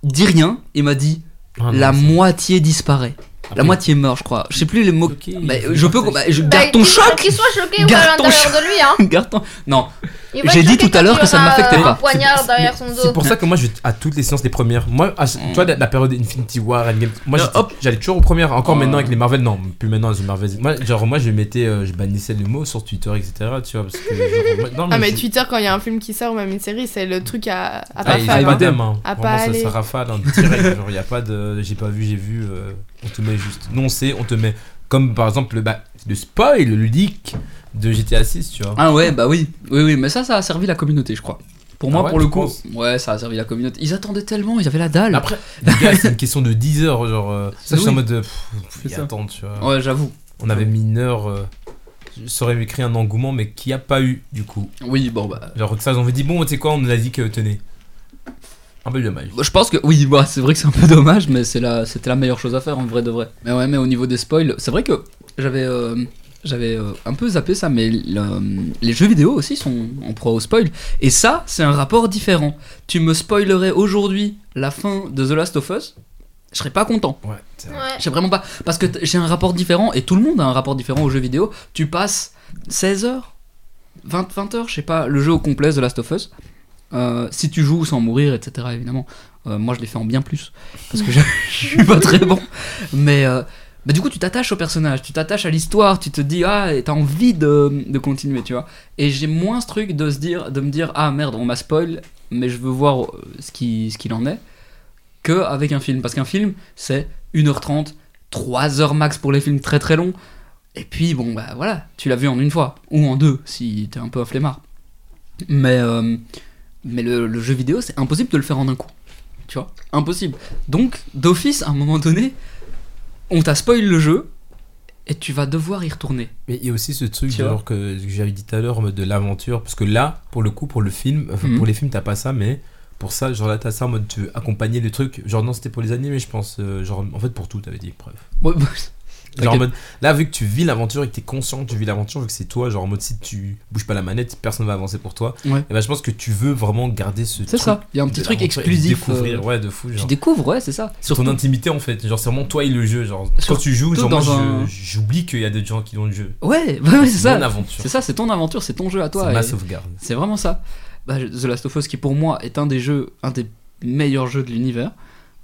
dis rien, il m'a dit, Ah, la non, c'est- Ah moitié disparaît, Après, la moitié meurt, je crois, je sais plus les mots, Ok, Bah, il faut je peux, partager. bah, je- Bah, garde ton qu'il- choc, Qu'il soit choqué ou pas Garde à ton l'intérieur de lui, hein. garde ton, non, Il va J'ai être dit choqué tout à l'heure quand que il ça ne aura m'affectait pas. euh, Un poignard C'est- derrière mais son C'est dos. pour ça que moi, je vais à toutes les séances, les premières. Moi, à- tu vois, la, la période Infinity War, Endgame, moi, Euh, j'étais- hop. j'allais toujours aux premières. Encore Euh. maintenant avec les Marvel, non, plus maintenant les Marvel. Moi, genre, moi, je mettais, euh, je bannissais les mots sur Twitter, etc. Tu vois, parce que. genre, moi- non, Ah, mais je- Twitter, quand il y a un film qui sort ou même une série, c'est le truc à, à Ah, pas il y faire. a pas pas hein. d'âme, hein. À Vraiment, pas ça, aller. ça rafale en direct. Genre, il n'y a pas de. J'ai pas vu, j'ai vu. euh, on te met juste. Non, on sait, on te met. Comme par exemple le, bah, le spoil ludique de GTA 6, tu vois. ah ouais, bah oui, oui, oui, mais ça, ça a servi la communauté, je crois, pour Ah moi, ouais, pour le tu coup, penses ouais, ça a servi la communauté, ils attendaient tellement, ils avaient la dalle, Après, les gars, c'est une question de 10 heures. Genre, euh, ça, je suis en Oui. mode. euh, pff, faut y C'est ça. attendre, tu vois. ouais, j'avoue, On avait mis une heure. euh, ça aurait créé un engouement, mais qui a pas eu, du coup. oui, bon, bah, Genre, que ça, ils ont dit, bon, tu sais quoi, on nous a dit que tenez. Un peu dommage. Je pense que oui, bah, c'est vrai que c'est un peu dommage, mais c'est la, c'était la meilleure chose à faire en vrai de vrai. Mais ouais, mais au niveau des spoils, c'est vrai que j'avais, euh, j'avais euh, un peu zappé ça, mais le- les jeux vidéo aussi sont en proie au spoil. Et ça, c'est un rapport différent. Tu me spoilerais aujourd'hui la fin de The Last of Us, je serais pas content. Ouais, c'est vrai. Ouais. J'ai vraiment pas, parce que t- j'ai un rapport différent et tout le monde a un rapport différent aux jeux vidéo. Tu passes 16 heures, 20, 20 heures, je sais pas, le jeu au complet The Last of Us. Euh, si tu joues sans mourir, etc. Évidemment, Euh, moi je l'ai fait en bien plus parce que je, je suis pas très bon. Mais euh, bah, du coup, tu t'attaches au personnage, tu t'attaches à l'histoire, tu te dis ah, et t'as envie de, de continuer, tu vois. Et j'ai moins ce truc de se dire, de me dire ah merde, on m'a spoil, mais je veux voir euh, ce qui ce qu'il en est, que avec un film, parce qu'un film c'est 1h30, 3h max pour les films très très longs. Et puis bon bah voilà, tu l'as vu en une fois ou en deux si t'es un peu un flemmard. Mais euh, mais le, le jeu vidéo, c'est impossible de le faire en un coup. Tu vois Impossible. Donc, d'office, à un moment donné, on t'a spoil le jeu et tu vas devoir y retourner. Mais il y a aussi ce truc Tu vois. genre que, que j'avais dit tout à l'heure en mode de l'aventure parce que là pour le coup pour le film enfin, Mhm. pour les films t'as pas ça mais pour ça genre là t'as ça en mode tu veux accompagner le truc genre non c'était pour les animés je pense euh, genre en fait pour tout t'avais dit preuve Ouais, bah, genre en t'inquiète. mode là vu que tu vis l'aventure et que t'es conscient que tu vis l'aventure vu que c'est toi genre en mode si tu bouges pas la manette personne va avancer pour toi Ouais. et ben je pense que tu veux vraiment garder ce c'est truc ça. Il y a un de petit truc l'aventure et de exclusif. découvrir euh, ouais de fou Tu genre découvres, ouais, c'est ça. sur ton intimité en fait genre c'est vraiment toi et le jeu genre quand Surtout tu joues genre moi, dans un- je- j'oublie qu'il y a des gens qui ont le jeu Ouais, bah, ouais, c'est mon ça. aventure C'est ça, c'est ton aventure, c'est ton jeu à toi. c'est ma et sauvegarde C'est vraiment ça. Bah, The Last of Us, qui pour moi est un des jeux, un des meilleurs jeux de l'univers.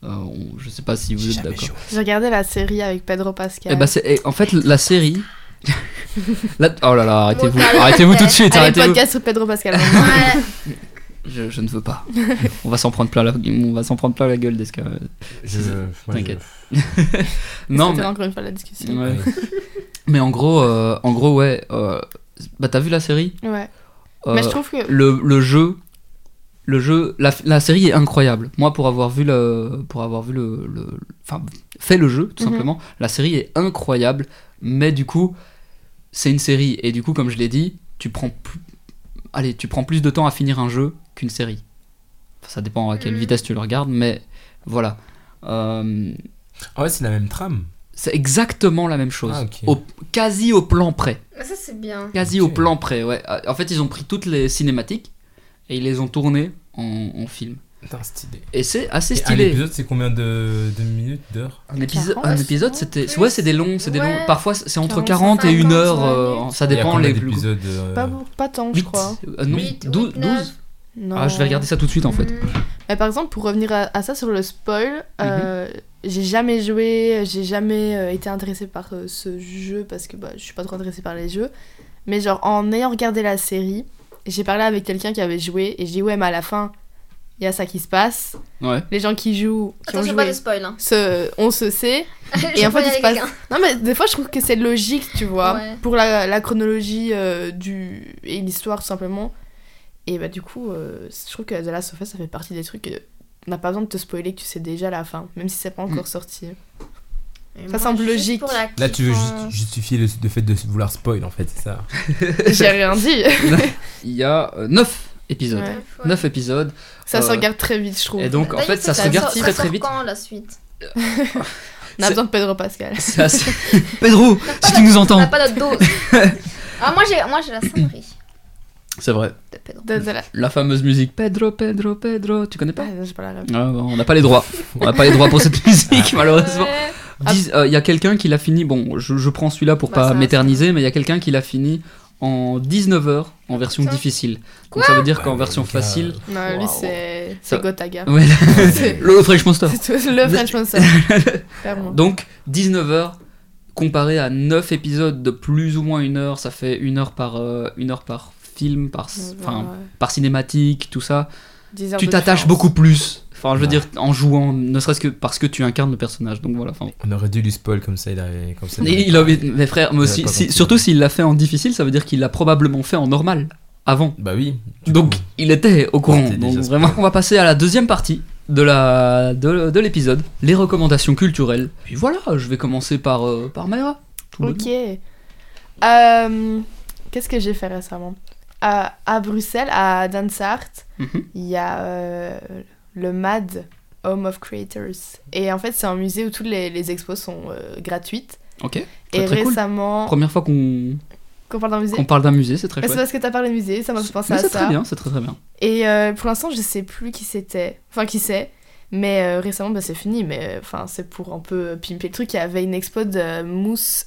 Euh, on- je sais pas si vous êtes d'accord. ben, J'ai regardé la série avec Pedro Pascal. Eh bah, c'est- eh, en fait, eh, la série, Là- oh là là, arrêtez-vous. Bon, Arrêtez-vous tout de suite, Allez, arrêtez-vous. podcast sur Pedro Pascal. Voilà. Je, je ne veux pas. On va s'en prendre plein la, on va s'en prendre plein la gueule, Deska. Je- moi, je- T'inquiète. non, Non, mais, encore une fois la discussion. ouais. Oui. mais en gros, euh, en gros, ouais. euh, bah t'as vu la série Ouais. Euh, Mais Bah, je trouve que le, le jeu, le jeu, la, la série est incroyable. Moi, pour avoir vu le, pour avoir vu le, le- enfin, fait le jeu tout Mhm. simplement, la série est incroyable. Mais du coup, c'est une série et du coup, comme je l'ai dit, tu prends, plus, allez, tu prends plus de temps à finir un jeu qu'une série. Enfin, ça dépend à quelle Mhm. vitesse tu le regardes, mais voilà. Euh, Ah ouais, c'est la même trame. c'est exactement la même chose, Ah, ok. au, quasi au plan près. Mais ça, c'est bien. Quasi Ok. au plan près, ouais. Euh, En fait, ils ont pris toutes les cinématiques et ils les ont tournées en, en film. Putain, stylé. Et c'est assez Et un stylé. épisode, c'est combien de, de minutes, d'heures Un, épisode, 40, un épisode, non, c'était. plus. Ouais, c'est des longs, c'est des Ouais. longs. Parfois, c'est entre 40, 40, et 1 50, heure. euh, minutes. ça Il y a dépend combien les plus. d'épisodes, euh, pas, beaucoup- pas tant, je Huit, crois. euh, non, Huit, 12, huit, neuf. Non. Ah, je vais regarder ça tout de suite en fait. Mhm. Mais par exemple, pour revenir à, à ça sur le spoil, euh, Mhm. j'ai jamais joué, j'ai jamais euh, été intéressée par euh, ce jeu parce que bah, je suis pas trop intéressée par les jeux. Mais genre, en ayant regardé la série, j'ai parlé avec quelqu'un qui avait joué et j'ai dit, ouais, mais à la fin, il y a ça qui se passe. Mm. Ouais. Les gens qui jouent, qui ont Attention, pas joué, de spoil. Hein. se- on se sait. Je en fait, vais il se avec passe- quelqu'un. Non, mais des fois, je trouve que c'est logique, tu vois, Ouais. pour la, la chronologie euh, du, et l'histoire, tout simplement. Et bah, du coup, euh, je trouve que The Last of Us, ça fait partie des trucs. euh, on n'a pas besoin de te spoiler que tu sais déjà la fin, même si c'est pas Mm. encore sorti. Mais Ça moi, semble juste logique. pour la Là, tu veux kiffance. Euh. ju- justifier le, le fait de vouloir spoil, en fait, c'est ça J'ai rien dit. Il y a 9 épisodes. Ouais. Ouais. 9 épisodes. Ça se Euh, regarde très vite, je trouve. Et donc, en D'ailleurs, fait, ça se ça regarde sort- très ça très sort vite. quand la suite on a c'est- besoin de Pedro Pascal. C'est assez- Pedro, si tu nous On n'a entends. pas d'autre dose. ah, moi, j'ai moi, j'ai la sonnerie C'est vrai. de Pedro. De- de la- La fameuse musique Pedro, Pedro, Pedro. Tu connais Ah, pas non, j'ai pas la ref. Ah, bon, on n'a pas les droits. On n'a pas les droits pour cette musique, malheureusement. Ouais. Il y a quelqu'un qui l'a fini. Bon, je, je prends celui-là pour Bah, ça pas va, m'éterniser, mais il y a quelqu'un qui l'a fini en 19h en version Putain. difficile. Donc ça veut dire Ouais, qu'en mais version Bah, le gars, euh, facile. Non, lui, Waouh. c'est Ça- c'est Gotaga. Ouais, C'est- le French Monster. C'est tout- le Mais- French Monster. Clairement. Donc 19h comparé à 9 épisodes de plus ou moins une heure, ça fait une heure par, euh, une heure par film, par, Ouais, enfin, ouais. par cinématique, tout ça. 10 heures Tu de t'attaches différence. beaucoup plus. Enfin, je veux Ouais. dire, en jouant, ne serait-ce que parce que tu incarnes le personnage. Donc voilà. Enfin, On aurait dû lui spoil comme ça, il avait. Comme ça, il Et avait- il a, mes frères, mais Il a aussi, pas si- compris. surtout s'il l'a fait en difficile, ça veut dire qu'il l'a probablement fait en normal avant. Bah oui. du Donc coup. il était au courant. était Donc déjà vraiment, spoilé. on va passer à la deuxième partie de la de, de l'épisode, les recommandations culturelles. Puis voilà, je vais commencer par euh, par Mayra. Tout Ok. Euh, Qu'est-ce que j'ai fait récemment à, à Bruxelles, à Dansart, le monde. Mhm. il y a euh, le MAD, Home of Creators. Et en fait, c'est un musée où toutes les, les expos sont euh, gratuites. Ok. et Très, très cool. récemment, Première fois qu'on qu'on parle d'un musée. qu'on parle d'un musée, c'est très Mais C'est chouette. parce que t'as parlé de musée, ça m'a fait penser Mais à c'est ça. très bien, c'est très très bien. Et euh, pour l'instant, je sais plus qui c'était. Enfin, qui c'est. Mais euh, récemment, bah, c'est fini. Mais euh, enfin, c'est pour un peu pimper le truc. Il y avait une expo de Mousse,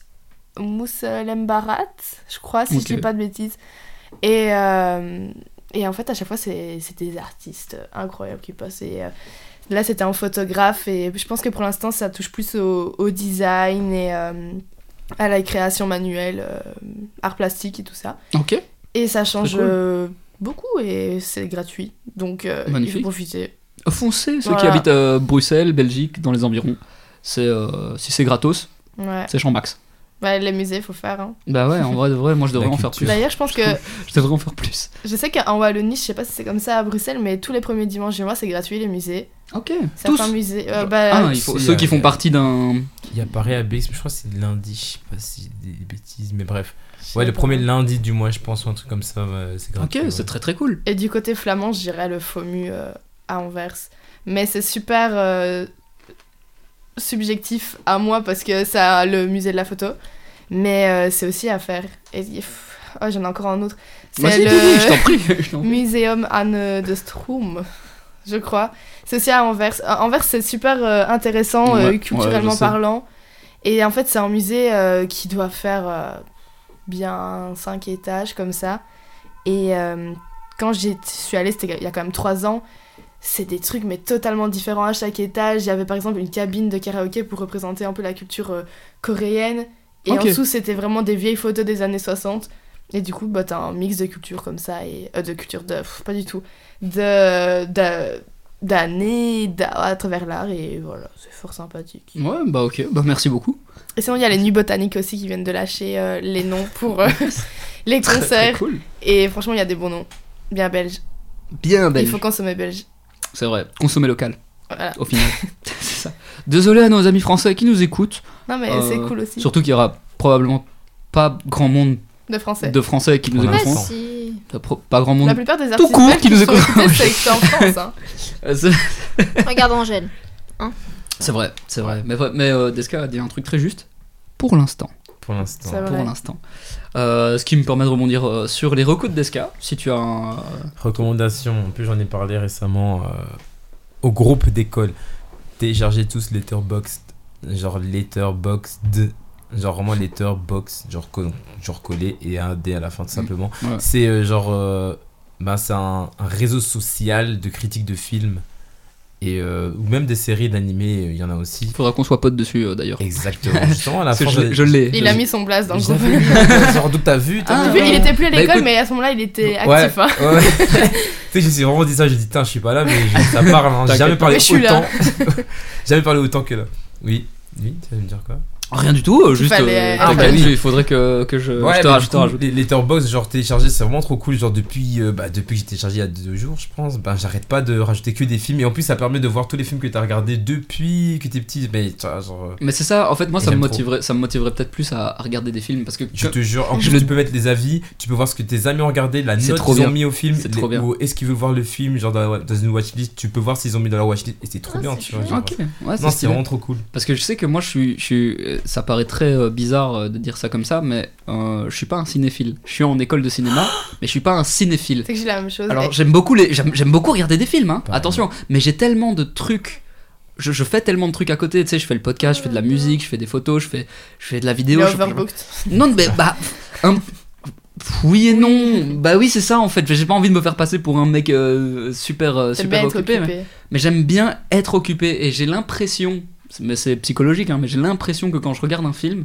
Mousse Lembarat, je crois, si Ok. je dis pas de bêtises. Et, euh, et en fait, à chaque fois, c'est c'est des artistes incroyables qui passent. Et euh, là, c'était un photographe. Et je pense que pour l'instant, ça touche plus au, au design et euh, à la création manuelle, euh, art plastique et tout ça. Ok. Et ça change cool. euh, beaucoup et c'est gratuit. Donc euh, il Magnifique. faut profiter. Foncez ceux qui Voilà. habitent à Bruxelles, Belgique, dans les environs. C'est euh, si c'est gratos, Ouais. c'est champ max. Ouais, les musées, faut faire. hein. Bah ouais, en vrai, de vrai, moi je devrais La en faire culture. plus. D'ailleurs, je pense que. Je devrais en faire plus. Je sais qu'en Wallonie, je sais pas si c'est comme ça à Bruxelles, mais tous les premiers dimanches du mois, c'est gratuit les musées. Ok. Tous. Certains musées. euh, bah, ah, il faut, c'est, ceux euh, qui font partie d'un. Il apparaît à BX, mais je crois que c'est lundi, je sais pas si c'est des bêtises, mais bref. je sais Ouais, le pas. premier lundi du mois, je pense, ou un truc comme ça, ouais, c'est Ok, gratuit. ouais. c'est très très cool. Et du côté flamand, je dirais le FOMU euh, à Anvers. Mais c'est super euh, subjectif à moi parce que ça a le musée de la photo. Mais euh, c'est aussi à faire. Et pff, oh, j'en ai encore un autre. Vas-y, le- dis-dis, je t'en prie. je t'en prie. Muséum Anne de Stroom, je crois. C'est aussi à Anvers. Euh, Anvers, c'est super euh, intéressant, euh, Ouais, ouais, culturellement je sais. parlant. Et en fait, c'est un musée euh, qui doit faire euh, bien 5 étages comme ça. Et euh, quand j'y suis allée, c'était il y a quand même 3 ans. C'est des trucs mais totalement différents à chaque étage. Il y avait par exemple une cabine de karaoké pour représenter un peu la culture euh, coréenne. Et Ok. en dessous, c'était vraiment des vieilles photos des années 60. Et du coup, bah, t'as un mix de cultures comme ça, et euh, de cultures de. pff, pas du tout. De. de- d'années d'a- à travers l'art, et voilà, c'est fort sympathique. Ouais, bah ok, bah merci beaucoup. Et sinon, il y a les nuits botaniques aussi qui viennent de lâcher euh, les noms pour euh, les Très, très concerts. cool. Et franchement, il y a des bons noms. Bien belges. Bien Il belge. faut consommer belge. C'est vrai, consommer local, Voilà. au final. c'est ça. Désolé à nos amis français qui nous écoutent. Non, mais Euh, c'est cool aussi. Surtout qu'il y aura probablement pas grand monde De français. de français qui nous Pour Bah écoutent. l'instant. si. Pas pro- Pas grand monde. La plupart des artistes court belges qui nous sont écoutent. écoutés, c'est en France. hein. Euh, c'est- Regarde Angèle. C'est vrai, c'est vrai. Mais, vra- mais euh, Deska a dit un truc très juste. Pour l'instant. Pour l'instant. Ça va. Pour Ouais. l'instant. Euh, ce qui me permet de rebondir euh, sur les recos de Deska. Si tu as un. Recommandation, en plus j'en ai parlé récemment euh, au groupe d'école. Téléchargez tous Letterboxd, genre Letterboxd, genre vraiment Letterboxd, genre, co- genre collé et un D à la fin tout simplement. Mm. ouais. C'est euh, genre, euh, ben, c'est un, un réseau social de critiques de films et euh, ou même des séries d'animés, il y en a aussi. Il faudra qu'on soit potes dessus euh, d'ailleurs. Exactement, justement à la Parce fin que je, je l'ai. Il a mis son place dans le je groupe. l'avais lu, euh, genre d'où t'as vu Ah, toi T'as vu, ouais. il était plus à Bah, l'école, écoute- mais à ce moment-là, il était Ouais. actif. hein. Ouais. tu sais, je me suis vraiment dit ça, j'ai dit, tiens, je suis pas là, mais je- ça parle, hein. J'ai jamais T'inquiète. parlé Mais je suis là. autant. jamais parlé autant que là. Oui, oui, tu vas me dire quoi Rien du tout, euh, juste. fallait- euh, Ah, t'inquiète, bah oui. Il faudrait que, que je, Euh, je mais te du rajoute. coup, Les Letterboxd, genre téléchargé, c'est vraiment trop cool. Genre depuis, euh, bah, depuis que j'ai téléchargé il y a deux jours, je pense, bah, j'arrête pas de rajouter que des films. Et en plus, ça permet de voir tous les films que t'as regardé depuis que t'es petit. Mais, tu vois, genre, euh, Mais c'est ça, en fait, moi, Et ça me, j'aime trop. motiverait, ça me motiverait peut-être plus à à regarder des films parce que. je te jure, en Je plus, le- tu peux mettre les avis, tu peux voir ce que tes amis ont regardé, la C'est note trop qu'ils ont bien. mis au film, C'est trop les- bien. ou est-ce qu'ils veulent voir le film, genre dans, la- dans une watchlist, tu peux voir s'ils ont mis dans leur watchlist, et c'est trop Ah, bien, c'est tu vois. chouette. genre. Ok, ouais, Non, Ah, c'est c'est stylé. vraiment trop cool. Parce que je sais que moi, je suis, je suis, euh, ça paraît très euh, bizarre euh, de dire ça comme ça, mais euh, je suis pas un cinéphile. Je suis en école de cinéma, mais je suis pas un cinéphile. C'est que j'ai la même chose. Alors j'aime beaucoup les, j'aime, j'aime beaucoup regarder des films, hein, Pareil. attention. Mais j'ai tellement de trucs, je, je fais tellement de trucs à côté. Tu sais, je fais le podcast, je fais de la musique, je fais des photos, je fais, je fais de la il vidéo. est je- overbooked. Ah. Non, mais bah, un- oui et non. Bah oui, c'est ça en fait. J'ai pas envie de me faire passer pour un mec euh, super euh, T'aimes super bien être occupé. Mais, mais j'aime bien être occupé et j'ai l'impression, mais c'est psychologique, hein, mais j'ai l'impression que quand je regarde un film,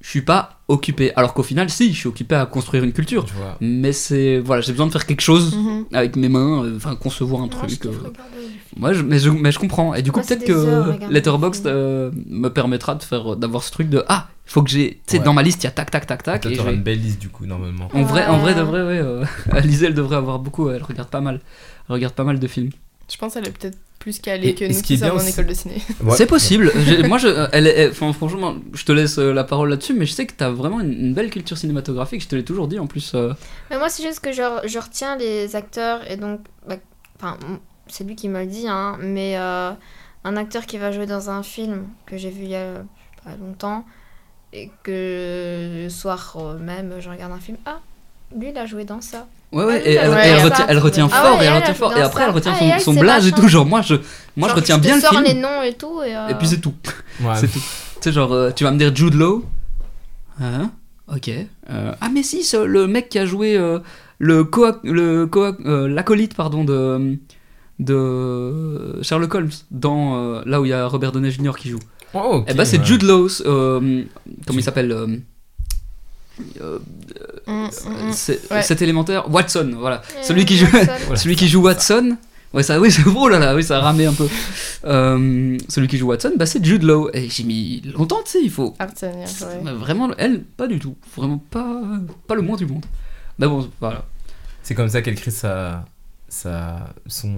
je suis pas occupé. Alors qu'au final, si, je suis occupé à construire une culture. Tu vois. Mais c'est voilà, j'ai besoin de faire quelque chose Mhm. avec mes mains, euh, enfin concevoir un truc. euh. Moi, je, mais, je, mais je comprends. Et du coup, Moi, c'est peut-être des heures, que regarde. Letterboxd euh, me permettra de faire, euh, d'avoir ce truc de ah, il faut que j'ai, tu sais, Ouais. dans ma liste, il y a tac, tac, tac, tac. Toi, et t'auras j'ai- une belle liste du coup, normalement. En vrai, en vrai, de Ouais. vrai, ouais. euh, Alizée, elle devrait avoir beaucoup. Elle regarde pas mal. Elle regarde pas mal de films. Je pense qu'elle est peut-être plus calée Et- que et nous ce qui est qui sommes bien, en c'est- école de ciné. C'est possible. J'ai- Moi, je, euh, elle, est- elle- enfin, franchement, je te laisse euh, la parole là-dessus, mais je sais que t'as vraiment une, une belle culture cinématographique. Je te l'ai toujours dit en plus. euh, Mais moi, c'est juste que je, je retiens les acteurs et donc. bah, Enfin, m- c'est lui qui me le dit, hein, mais euh, un acteur qui va jouer dans un film que j'ai vu il y a euh, pas longtemps et que le soir euh, même, je regarde un film. Ah, lui, il a joué dans ça. Ouais, ouais, et Ah oui, elle, ouais, elle ça. retient, elle retient Ah fort, ouais, et elle, elle, retient elle fort, joue et dans après elle ça. retient Ah, son, et elle, son c'est blaze et machin. tout. Genre, moi je, moi, je Genre, retiens te bien le sors film, les noms et tout. Et, euh, et puis c'est tout. Ouais. C'est tout. Tu sais, genre, euh, tu vas me dire Jude Law. Hein ok. Euh, ah, mais si, ce- le mec qui a joué euh, le coac- le coac- euh, l'acolyte, pardon, de, de Sherlock Holmes, dans euh, là où il y a Robert Downey Jr. qui joue. Oh, ok, et bah, c'est ouais. Jude Law. euh, comment il s'appelle euh, euh, Mhm, mhm. c'est- Ouais. Cet élémentaire Watson, voilà. euh, Celui qui joue. Watson. Voilà. Celui qui joue Watson. Ouais, ça, oui, c'est- oh là là, oui, ça a ramé un peu. Euh, celui qui joue Watson, bah, c'est Jude Law. Et j'ai mis longtemps, tu sais, il faut. À retenir, ouais. Ah, Mais Vraiment, elle, pas du tout. Vraiment pas, pas le moins du monde. Mais bon, voilà. C'est comme ça qu'elle crée sa. sa son.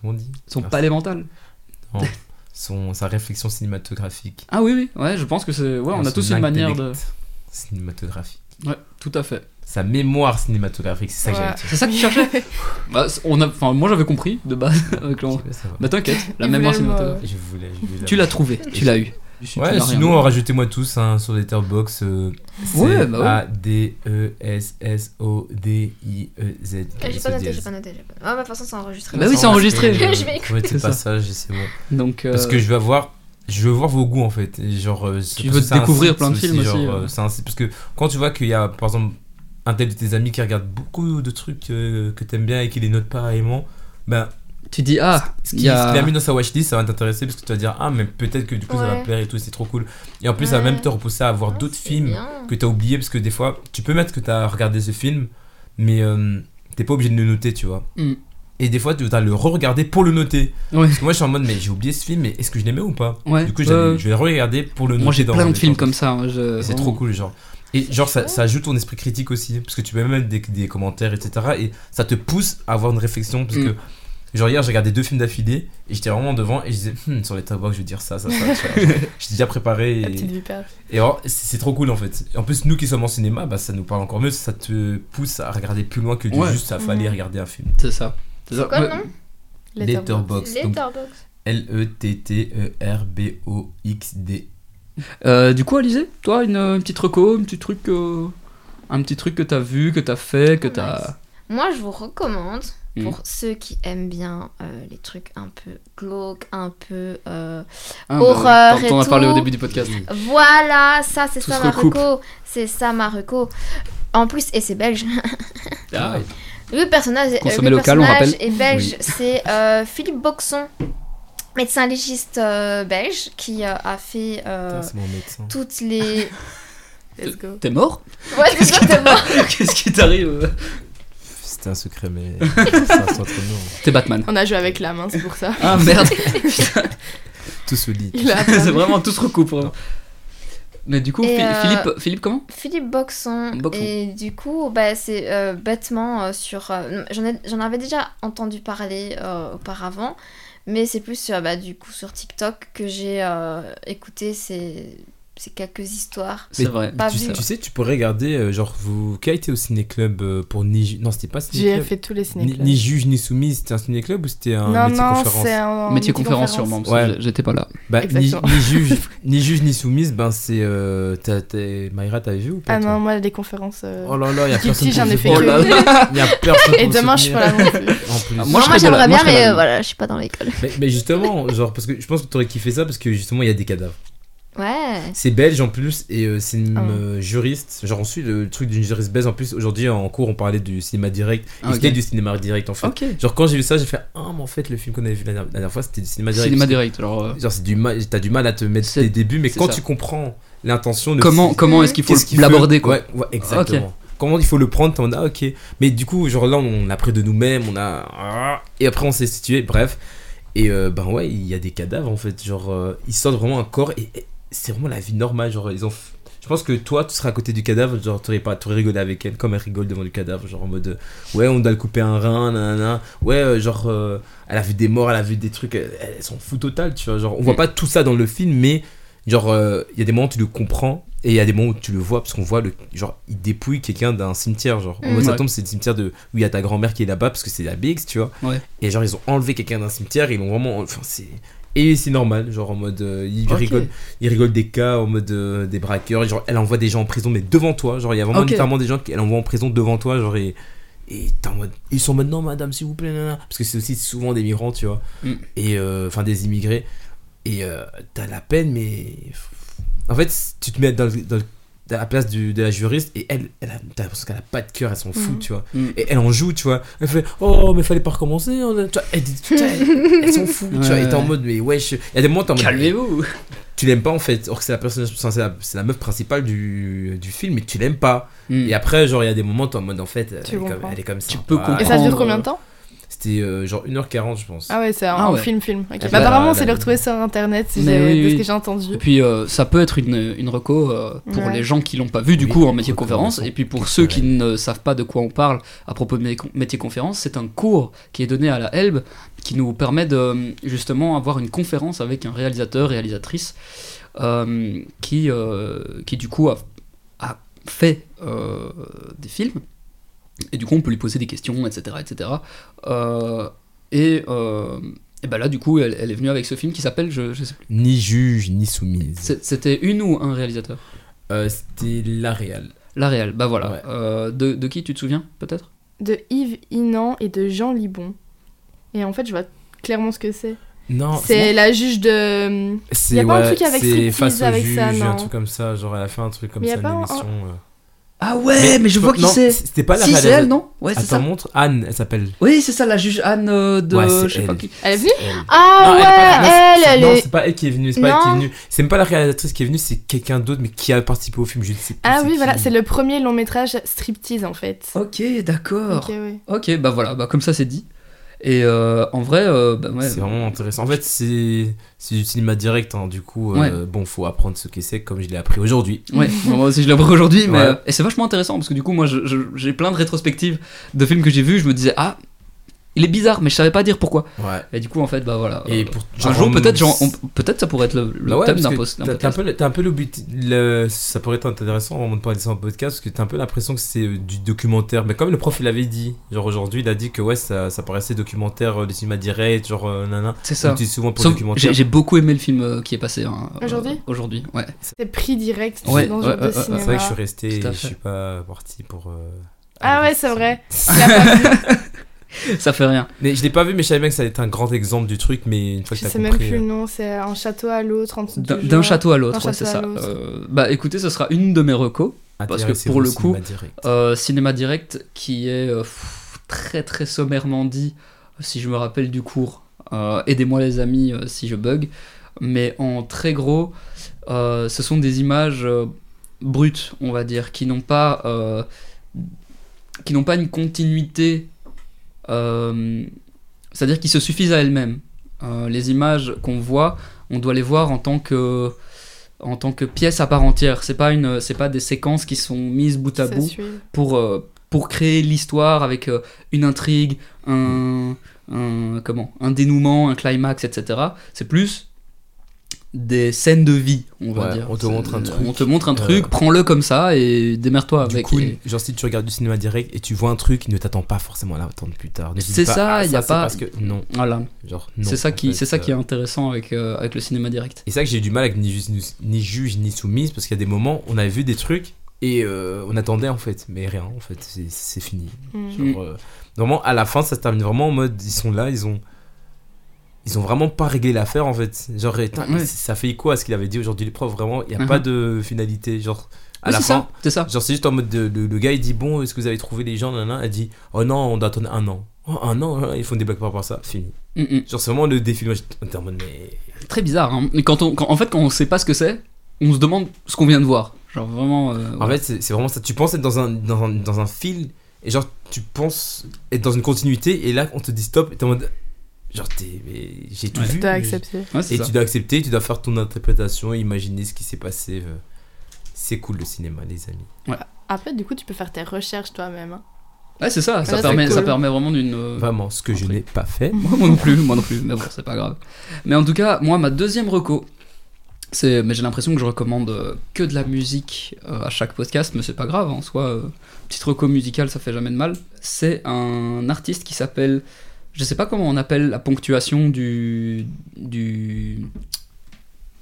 Comment on dit Son Merci. palais mental. Non. son, Sa réflexion cinématographique. Ah oui, oui, ouais, je pense que c'est. Ouais, on a Son tous une manière de. intellect Cinématographique. Ouais, tout à fait. Sa mémoire cinématographique, c'est ça que Ouais. j'avais dit. C'est ça que tu cherchais bah, c'est- on a... enfin, Moi, j'avais compris de base. avec le- Tu veux savoir. Bah, t'inquiète, la Il mémoire voulait le mot, euh, cinématographique. Je voulais. je voulais Tu l'as trouvé, tu l'as eu. Tu Ouais, l'as rien. sinon, euh, rajoutez-moi tous hein, sur Letterboxd. Euh, Ouais, bah ouais. E A-D-E-S-S-O-D-I-E-Z. Euh, J'ai pas noté, j'ai pas noté. j'ai pas- Ah, bah, de toute façon, c'est enregistré. Bah oui, c'est enregistré. Je vais écouter. C'est euh, C'est ça. pas ça, je sais pas. Donc, euh, Parce que je veux avoir, je veux voir vos goûts en fait. Et Genre, euh, c'est- Tu parce veux que c'est un découvrir site plein de films genre, aussi, euh, ouais. c'est un site- parce que quand tu vois qu'il y a par exemple un tel de tes amis qui regarde beaucoup de trucs euh, que t'aimes bien et qui les note pareillement, ben tu dis ah, Ce il qui- y ce qu'il a a mis dans sa watchlist, ça va t'intéresser parce que tu vas dire Ah, mais peut-être que du coup ça va Ouais. plaire et tout, c'est trop cool. Et en plus, ça va Ouais. même te repousser à voir Ah, d'autres c'est films bien. que t'as oublié parce que des fois tu peux mettre que t'as regardé ce film mais euh, t'es pas obligé de le noter tu vois Mm. et des fois tu vas le re-regarder pour le noter Ouais. parce que moi je suis en mode mais j'ai oublié ce film mais est-ce que je l'aimais ou pas Ouais, du coup ouais, j'allais- ouais. je vais le re-regarder pour le noter moi j'ai dans plein les de films temps. comme ça. hein, je- Et c'est vraiment. trop cool genre et genre ça, ça ajoute ton esprit critique aussi parce que tu peux même mettre des, des commentaires etc et ça te pousse à avoir une réflexion parce Mm. que genre hier j'ai regardé deux films d'affilée et j'étais vraiment devant et je disais Hmm, sur les tableaux je vais dire ça ça ça tu vois. j'étais déjà préparé La et- petite vipère. et alors, c'est c'est trop cool en fait. En plus, nous qui sommes en cinéma, bah, ça nous parle encore mieux, ça te pousse à regarder plus loin que du Ouais. juste ça fallait Mhm. regarder un film. C'est ça. C'est ça. Quoi le Ouais. nom Letterboxd. donc Letterboxd. L-E-T-T-E-R-B-O-X-D. Euh, du coup, Alizé, toi, une, une petite reco, un petit truc, euh, un petit truc que t'as vu, que t'as fait, que Oh, nice. t'as. Moi, je vous recommande, Mhm. pour ceux qui aiment bien euh, les trucs un peu glauques, un peu... euh, Ah, Horreur t'en- t'en et as parlé au tout. début du podcast. Voilà, ça, c'est Tout ça se ma recoupe. reco. C'est ça ma reco. En plus, et c'est belge. Ah, ouais. Le personnage, euh, Consommer le local, on personnage rappelle. est belge. Oui. C'est euh, Philippe Boxon, médecin légiste euh, belge, qui euh, a fait euh, Putain, c'est mon médecin. toutes les... Let's go. T'es mort Ouais, c'est exactement. Qu'est-ce qui t'arrive euh C'était un secret, mais. ça reste entre nous. T'es Batman. On a joué avec la main, c'est pour ça. Ah merde Tout se lit. Il a C'est vraiment tout se recoupe. hein. Mais du coup, Et, Phil- euh, Philippe, Philippe, comment Philippe Boxon. Boxon. Et du coup, bah, c'est euh, bêtement euh, sur. euh, J'en ai- j'en avais déjà entendu parler euh, auparavant, mais c'est plus sur, bah, du coup, sur TikTok que j'ai euh, écouté ces, ces quelques histoires. C'est vrai. Pas tu, vu. sais, tu sais, tu pourrais regarder, euh, genre, vous. Qui a été au ciné-club euh, pour ni. ju- Non, c'était pas J'ai ciné-club. fait tous les ciné Ni, ni juge, ni soumise, c'était un ciné-club ou c'était un Non, non, métier-conférence c'est un Métier conférence sûrement, parce que Ouais. j'étais pas là. Bah, ni, Exactement. ni juge, ni juge, ni soumise, ben c'est. Euh, t'as- t'es- Mayra, t'avais vu ou pas Ah toi non, moi, les conférences... euh, Oh là là, il y a Kiki, personne pour j'en ai se- fait Oh que là une. là, y a personne Et pour se demain, je suis soutenir. pas là non plus. En plus. Ah, Moi, je moi serais de la- moi, j'aimerais bien, je serais de mais la- euh, voilà, je suis pas dans l'école. mais, mais justement, genre, parce que je pense que t'aurais kiffé ça parce que justement, il y a des cadavres. Ouais. C'est belge en plus et euh, c'est une Ah. euh, juriste. Genre, on suit le truc d'une juriste belge en plus. Aujourd'hui, en cours, on parlait du cinéma direct. et Ah, ok. C'était du cinéma direct en fait. Ok. Genre, quand j'ai vu ça, j'ai fait Ah, mais en fait, le film qu'on avait vu la dernière, la dernière fois, c'était du cinéma direct. Cinéma direct. Alors, euh, Genre, c'est du mal, t'as du mal à te mettre C'est- tes débuts, mais c'est quand ça. tu comprends l'intention de comment comment est-ce qu'il faut Qu'est-ce qu'il l'aborder faut- quoi ouais, ouais, exactement. Comment il faut le prendre t'en- Ah, ok. Mais du coup, genre là, on a pris de nous-mêmes, on a. ah, Et après, on s'est situé, bref. Et euh, ben ouais, il y a des cadavres en fait. Genre, euh, ils sortent vraiment un corps et, et c'est vraiment la vie normale. Genre, ils ont. f- Je pense que toi, tu serais à côté du cadavre, genre, t'aurais pas, t'aurais rigolé avec elle comme elle rigole devant du cadavre, genre en mode, euh, ouais, on doit le couper un rein, nanana. Ouais, euh, genre, euh, elle a vu des morts, elle a vu des trucs, elle, elle s'en fout total, tu vois. Genre, on voit Mm. pas tout ça dans le film, mais genre, euh, il y a des moments où tu le comprends et il y a des moments où tu le vois parce qu'on voit, le, genre, il dépouille quelqu'un d'un cimetière, genre. En Mm. mode, ça Ouais. tombe, c'est le cimetière de, où il y a ta grand-mère qui est là-bas parce que c'est la Biggs, tu vois. Ouais. Et genre, ils ont enlevé quelqu'un d'un cimetière, et ils l'ont vraiment. Enfin, c'est. Et c'est normal, genre en mode. euh, ils Ok. rigolent il rigole des cas en mode euh, des braqueurs, genre elle envoie des gens en prison mais devant toi, genre il y a vraiment Ok. littéralement des gens qu'elle envoie en prison devant toi, genre et et t'es en mode ils sont en mode non madame s'il vous plaît nanana. parce que c'est aussi souvent des migrants tu vois Mm. et euh, enfin des immigrés et euh, t'as la peine mais en fait tu te mets dans, le- dans le- à la place du- de la juriste et elle, elle a- t'as l'impression qu'elle a pas de cœur elle s'en fout Mhm. tu vois Mm. et elle en joue tu vois elle fait oh mais fallait pas recommencer on a- tu vois, elle dit tu vois, elle, elle s'en fout tu vois Ouais, et t'es en ouais. mode mais wesh il y a des moments t'es en mode Calmez-vous. tu l'aimes pas en fait, or que c'est la personne, enfin, c'est la, c'est la meuf principale du, du film, mais tu l'aimes pas. Mm. Et après, genre, il y a des moments, t'es en mode en fait, elle, est comprends. comme, elle est comme ça. Tu peux comprendre. Et Oh. ça dure Prendre, combien euh, de temps C'était euh, genre 1h40, je pense. Ah ouais, c'est un Ah un ouais. film, film. Ok. bah, Bah, apparemment, la- c'est le retrouver sur internet, si Mais j'ai- oui, de ce oui. que j'ai entendu. Et puis euh, ça peut être une, une reco euh, pour Ouais. les gens qui l'ont pas vu du Oui, coup en une métier conférence recommandation. et puis pour ceux qui ne savent pas de quoi on parle à propos de métier conférence c'est un cours qui est donné à la Helbe qui nous permet de euh, justement avoir une conférence avec un réalisateur réalisatrice euh, qui euh, qui du coup a, a fait euh, des films et du coup on peut lui poser des questions etc etc Euh, et, euh, et ben là du coup elle, elle est venue avec ce film qui s'appelle je, je sais plus Ni juge, ni soumise. c'est- c'était une ou un réalisateur Euh, C'était la réelle. La Real, bah voilà. Ouais. Euh, de, de qui tu te souviens peut-être De Yves Inan et de Jean Libon. Et en fait, je vois clairement ce que c'est. Non, C'est la juge de. euh, c'est y a pas un ouais, truc avec c'est striptease face au avec juge, ça, un non. truc comme ça. Genre, elle a fait un truc comme Mais y a ça, une pas un- émission. euh. Ah ouais, mais, je vois qui non, c'est. C'était pas la Si, c'est réalisatrice. elle, non Ouais, c'est Attends, ça. montre. Anne, elle s'appelle. Oui, c'est ça, la juge Anne euh, de. Ouais, c'est je sais pas elle. qui. Elle est venue Elle. Ah Non, elle est pas- Eh, ouais, non, c'est- elle, Non, elle est. c'est pas elle qui est venue. C'est pas elle Non. qui est venue. C'est même pas la réalisatrice qui est venue, c'est quelqu'un d'autre, mais qui a participé au film. Je ne sais plus. Ah oui, voilà, qui. c'est le premier long métrage striptease en fait. Ok, d'accord. Oh. Ok, ouais. Ok, bah voilà, bah comme ça c'est dit. Et euh, en vrai, euh, bah ouais. C'est vraiment intéressant. En fait, c'est c'est du cinéma direct. hein. Du coup, euh, bon, faut apprendre ce que c'est, comme je l'ai appris aujourd'hui. Ouais, bon, moi aussi je l'apprends aujourd'hui, mais Ouais. euh, et c'est vachement intéressant parce que du coup moi je- je- j'ai plein de rétrospectives de films que j'ai vus, je me disais ah il est bizarre mais je savais pas dire pourquoi. Ouais. Et du coup en fait bah voilà. euh, Et pour un jour genre, peut-être on- genre, on- peut-être ça pourrait être le, le Bah ouais, thème parce d'un que post. d'un t'as- T'as un podcast. peu, le- t'as un peu le but- le- ça pourrait être intéressant vraiment de parler de ça en podcast parce que t'as un peu l'impression que c'est euh, du documentaire. Mais comme le prof il avait dit, genre aujourd'hui il a dit que ouais ça, ça paraissait documentaire euh, de cinéma direct, genre euh, nana. C'est ça. C'est souvent pour Sauf- documentaire. J'ai j'ai beaucoup aimé le film euh, qui est passé hein, euh, Aujourd'hui Aujourd'hui, ouais. C'est pris direct Ouais, dans ouais, ce genre ouais, de ouais, ouais. cinéma. Bah, C'est vrai que je suis resté, Tout à et je fait. suis pas parti pour. euh, Ah aller ouais, c'est au vrai. cinéma. Tu l'as pas vu Ça fait rien. Mais je l'ai pas vu, mais je savais bien que ça allait être un grand exemple du truc. Mais une fois que Je t'as sais compris. même plus le euh, nom, c'est un château à l'autre, en dessous D'un du d'un genre. château à l'autre, D'un ouais, c'est château ça. à l'autre. Euh, bah écoutez, ce sera une de mes recos. Parce que intéressez-vous pour au le coup, cinéma direct. Euh, cinéma direct qui est euh, pff, très très sommairement dit, euh, si je me rappelle du cours. Euh, Aidez-moi les amis euh, si je bug. Mais en très gros, euh, ce sont des images euh, brutes, on va dire, qui n'ont pas, euh, qui n'ont pas une continuité, euh, c'est-à-dire qui se suffisent à elles-mêmes. Euh, les images qu'on voit, on doit les voir en tant que en tant que pièce à part entière. C'est pas une, c'est pas des séquences qui sont mises bout à Ça bout suit. pour, euh, pour créer l'histoire avec euh, une intrigue, un, un- comment, un dénouement, un climax, etc. C'est plus des scènes de vie, on va Ouais, dire. on te C'est- montre un truc, On te montre un euh, truc, prends-le comme ça et démerde-toi euh, Du avec. coup, et- genre si tu regardes du cinéma direct et tu vois un truc, ne t'attends pas forcément à l'attendre plus tard. Ne te dis C'est pas, ça, ah, y a c'est pas- Parce que non, Voilà, genre non. c'est ça en qui, fait, c'est ça qui est euh, intéressant avec, euh, avec le cinéma direct. Et ça que j'ai eu du mal avec ni, Ju- ni juge ni soumise parce qu'il y a des moments on avait vu des trucs et euh, on attendait en fait, mais rien en fait, c'est- c'est fini. Mm. Genre, euh, normalement, à la fin, ça se termine vraiment en mode ils sont là, ils ont. Ils ont vraiment pas réglé l'affaire en fait. Genre, et, tain, Ouais. mais ça fait quoi à ce qu'il avait dit aujourd'hui le prof Vraiment, il n'y a Mhm. pas de finalité. Genre, à Oui, la c'est fin, ça, c'est ça. genre c'est juste en mode de- le, le gars il dit Bon, est-ce que vous avez trouvé les gens nanana Elle dit Oh non, on doit attendre un an. Oh, un an, hein, ils font des blagues par rapport à ça, fini. Mm, mm. Genre, c'est vraiment le défi. Moi, j'étais en mode Mais. Très bizarre. hein. Mais quand on, quand- en fait, quand on sait pas ce que c'est, on se demande ce qu'on vient de voir. Genre vraiment. euh, En ouais. fait, c'est c'est vraiment ça. Tu penses être dans un, dans, un, dans un fil et genre tu penses être dans une continuité et là on te dit stop et t'es en mode genre t'es mais j'ai tout Ouais. vu. Tu dois mais- accepter. Ouais, c'est Et ça. tu dois accepter, tu dois faire ton interprétation, imaginer ce qui s'est passé. euh. C'est cool le cinéma, les amis. Après, du coup, tu peux faire tes recherches toi-même. hein. Ouais, c'est ça. Ça, Ouais, c'est permet, ça cool. permet vraiment d'une. euh, Vraiment, ce que je truc. n'ai pas fait. Moi, moi non plus, moi non plus, mais bon, c'est pas grave. Mais en tout cas, moi, ma deuxième reco, c'est. Mais j'ai l'impression que je recommande euh, que de la musique euh, à chaque podcast, mais c'est pas grave, en soi, euh, petite reco musicale, ça fait jamais de mal. C'est un artiste qui s'appelle. Je sais pas comment on appelle la ponctuation du. du.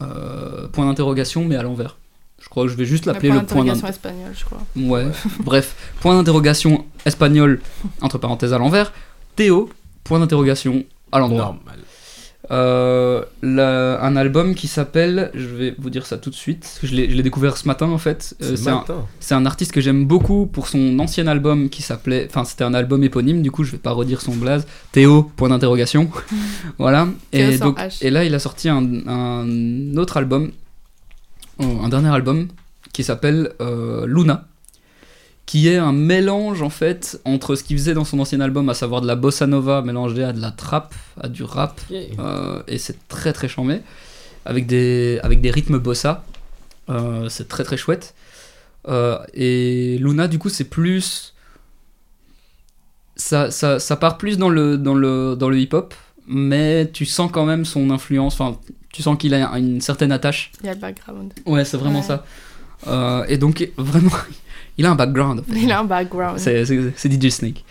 euh, point d'interrogation, mais à l'envers. Je crois que je vais juste l'appeler La le point d'interrogation. d'interrogation espagnole, je crois. Ouais, bref. Point d'interrogation espagnol, entre parenthèses à l'envers. Théo, point d'interrogation à l'endroit. Normal. Euh, la- un album qui s'appelle, je vais vous dire ça tout de suite, parce que je l'ai je l'ai découvert ce matin en fait. Euh, Ce C'est un, matin. c'est un artiste que j'aime beaucoup pour son ancien album qui s'appelait, enfin c'était un album éponyme, du coup je vais pas redire son blaze. Théo, point d'interrogation. voilà. Théo Et, sans donc, H. et là il a sorti un, un autre album, euh, un dernier album qui s'appelle euh, Luna qui est un mélange en fait entre ce qu'il faisait dans son ancien album, à savoir de la bossa nova mélangée à de la trap, à du rap, euh, et c'est très très chambé avec des avec des rythmes bossa Euh, c'est très très chouette Euh, et Luna du coup c'est plus ça, ça, ça part plus dans le dans le dans le hip hop mais tu sens quand même son influence enfin tu sens qu'il a une certaine attache Il y a le background. ouais c'est vraiment Ouais. ça Euh, et donc vraiment il a un background en fait. Il a un background. C'est- C'est c'est DJ Snake.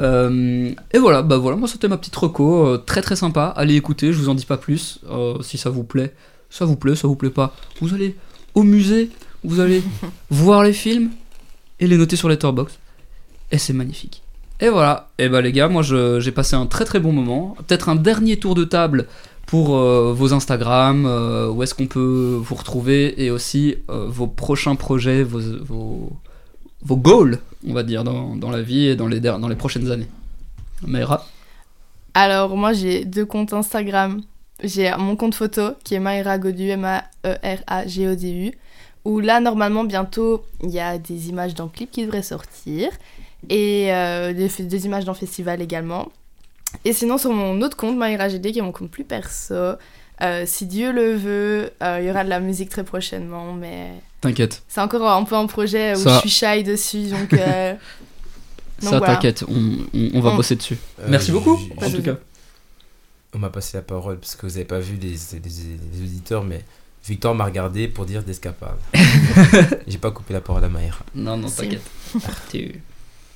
Euh, et voilà, bah voilà, moi c'était ma petite reco, euh, très très sympa. Allez écouter, je vous en dis pas plus. Euh, si ça vous plaît, ça vous plaît, ça vous plaît pas, vous allez au musée, vous allez voir les films et les noter sur Letterboxd. Et c'est magnifique. Et voilà, et bah les gars, moi je- j'ai passé un très très bon moment. Peut-être un dernier tour de table pour euh, vos Instagram, euh, où est-ce qu'on peut vous retrouver et aussi euh, vos prochains projets, vos, vos, vos goals, on va dire, dans, dans la vie et dans les, der- dans les prochaines années Maïra Alors, moi, j'ai deux comptes Instagram. J'ai mon compte photo qui est Maëra Godu, M-A-E-R-A-G-O-D-U, où là, normalement, bientôt, il y a des images dans le clip qui devraient sortir et euh, des, f- des images dans le festival également. Et sinon, sur mon autre compte, Maëra GD, qui est mon compte plus perso, euh, si Dieu le veut, euh, il y aura de la musique très prochainement, mais T'inquiète, c'est encore un peu un projet où Ça. je suis shy dessus, donc. euh, donc ça voilà. t'inquiète, on, on- on va On- bosser dessus. Euh, Merci j- beaucoup, j- en j- tout cas. On m'a passé la parole parce que vous n'avez pas vu les, les- les auditeurs, mais Victor m'a regardé pour dire d'escapade. J'ai pas coupé la parole à Maher. Non, non, Si. t'inquiète. T'es-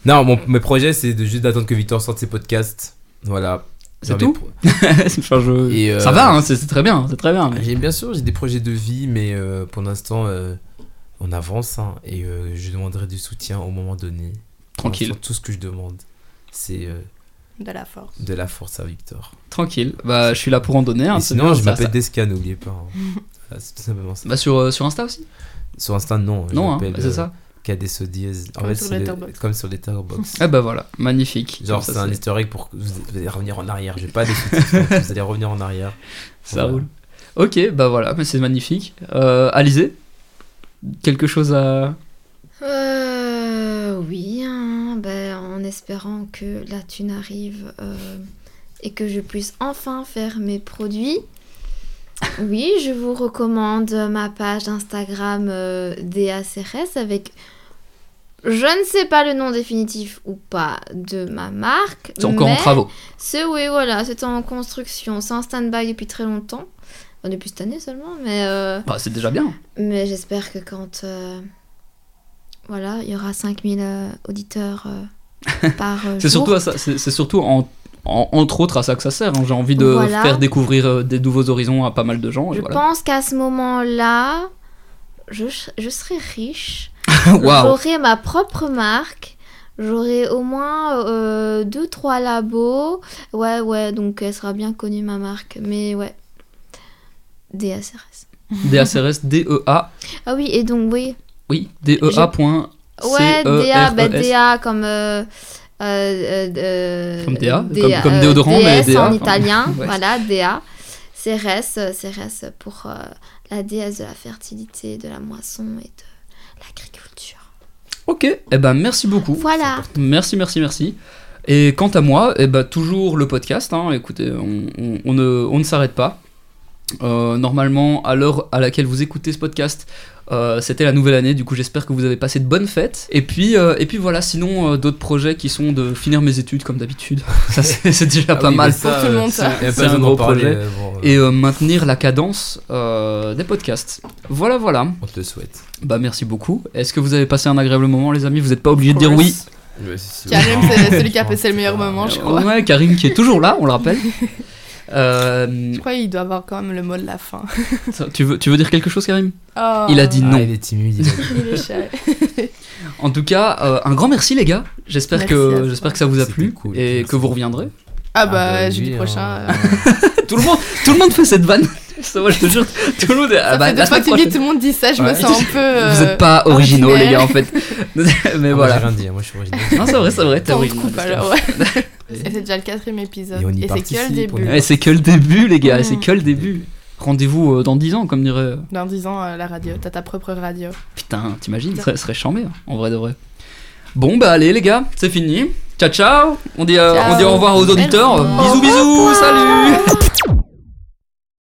Non, mon, mes projets, c'est de, juste d'attendre que Victor sorte ses podcasts. Voilà. C'est Dans tout mes pro- Enfin, je- Et, euh, Ça va, hein, c'est c'est très bien, c'est très bien. mais- Ah, J'ai- bien sûr, j'ai des projets de vie, mais euh, pour l'instant, euh, on avance hein, et euh, je demanderai du soutien au moment donné. Pour Tranquille, l'instant, Tout ce que je demande, c'est euh, De la force. de la force à Victor. tranquille. Bah, je suis là pour en donner. hein, et c'est sinon, bien, je ça- m'appelle ça- Desca, n'oubliez pas. hein. Voilà, c'est tout simplement ça. Bah, sur, euh, sur Insta aussi Sur Insta, non. je Non, hein, m'appelle, c'est euh, ça Cadesso Diaz. En Comme fait, sur c'est le- Letterboxd. comme sur Letterboxd. Ah bah voilà, magnifique. Comme Genre, ça, c'est un c'est- historique pour que vous, vous allez revenir en arrière. Je vais pas les sous-titres, vous allez revenir en arrière. Ça Voilà. roule. Ok, bah voilà, mais c'est magnifique. Euh, Alizé Quelque chose à. Euh, oui, hein, ben, en espérant que la thune arrive euh, et que je puisse enfin faire mes produits. Oui, je vous recommande ma page Instagram euh, DACRS avec. Je ne sais pas le nom définitif ou pas de ma marque. C'est encore en mais travaux. C'est, oui, voilà, c'est en construction. C'est en stand-by depuis très longtemps. Enfin, depuis cette année seulement, mais. euh, Bah, c'est déjà bien. mais j'espère que quand euh, voilà, il y aura 5000 euh, auditeurs euh, par euh, jour. C'est surtout, à ça- c'est c'est surtout en, en- entre autres à ça que ça sert. hein. J'ai envie de Voilà. faire découvrir euh, des nouveaux horizons à pas mal de gens. et Je voilà. pense qu'à ce moment-là, je, je serai riche. Waouh J'aurai ma propre marque. J'aurai au moins 2 deux trois labos. Ouais ouais, donc elle sera bien connue ma marque. Mais ouais, DACRS. DACRS, DEA. Ah oui et donc oui. E Oui, DEA. point E Ouais, DA, bah, CERES. DA comme. euh, euh, euh, euh, Comme DA, comme- comme déodorant, DS mais DA, en enfin, italien, ouais. voilà, DA. CRS, euh, CRS pour euh, la déesse de la fertilité, de la moisson et de l'agriculture. Ok, eh ben merci beaucoup. Voilà. Merci, merci, merci. Et quant à moi, eh ben, toujours le podcast. hein. Écoutez, on, on- on ne, on ne s'arrête pas. Euh, normalement, à l'heure à laquelle vous écoutez ce podcast, euh, c'était la nouvelle année. Du coup, j'espère que vous avez passé de bonnes fêtes. Et puis, euh, et puis voilà. Sinon, euh, d'autres projets qui sont de finir mes études comme d'habitude. ça, c'est c'est Ah déjà pas bah mal. Pour tout le monde, ça. C'est un gros projet. Et Et euh, maintenir la cadence euh, des podcasts. Voilà, voilà. on te le souhaite. Bah merci beaucoup. Est-ce que vous avez passé un agréable moment, les amis Vous n'êtes pas obligé de dire oui. Karim, c'est celui qui a passé le meilleur moment, je crois. Euh, Ouais, Karim qui est toujours là, on le rappelle. Euh, Je crois qu'il dois avoir quand même le mot de la fin. tu, veux, tu veux dire quelque chose, Karim Oh. Il a dit Non, non. Ah, il est timide. il est- Il est Ah chouette. En tout cas, euh, un grand merci, les gars. J'espère Merci à que, toi. j'espère que ça vous a C'était plu cool. et Merci. que vous reviendrez. Ah bah, oui, jeudi hein. prochain. euh, Tout le monde, tout le monde fait cette vanne. Ça, moi, je te jure, tout le monde. est- ah Ça bah, fait la deux fois que tu semaine dis, tout le monde dit ça, je me Ouais. sens un peu. euh, Vous êtes pas originaux, les ordinaire. gars, en fait. Mais Ah, moi, j'ai voilà. rien dit, moi je suis original. Non, c'est vrai, c'est vrai. t'es Attends, on te original, coupe parce que- euh, alors, ouais. Et c'est déjà le quatrième épisode. Et on y Et c'est que le participe, on y début. Ouais, c'est que le début, les gars. C'est Mm. que le début. Rendez-vous euh, dans 10 ans, comme dirait. Dans 10 ans, euh, la radio, t'as ta propre radio. Putain, t'imagines, Putain. ça serait charmé, hein, en vrai de vrai. Bon, bah allez les gars, c'est fini. Ciao, ciao. On dit, euh, Ciao. On dit au revoir aux auditeurs. Bisous, Merci. bisous, salut.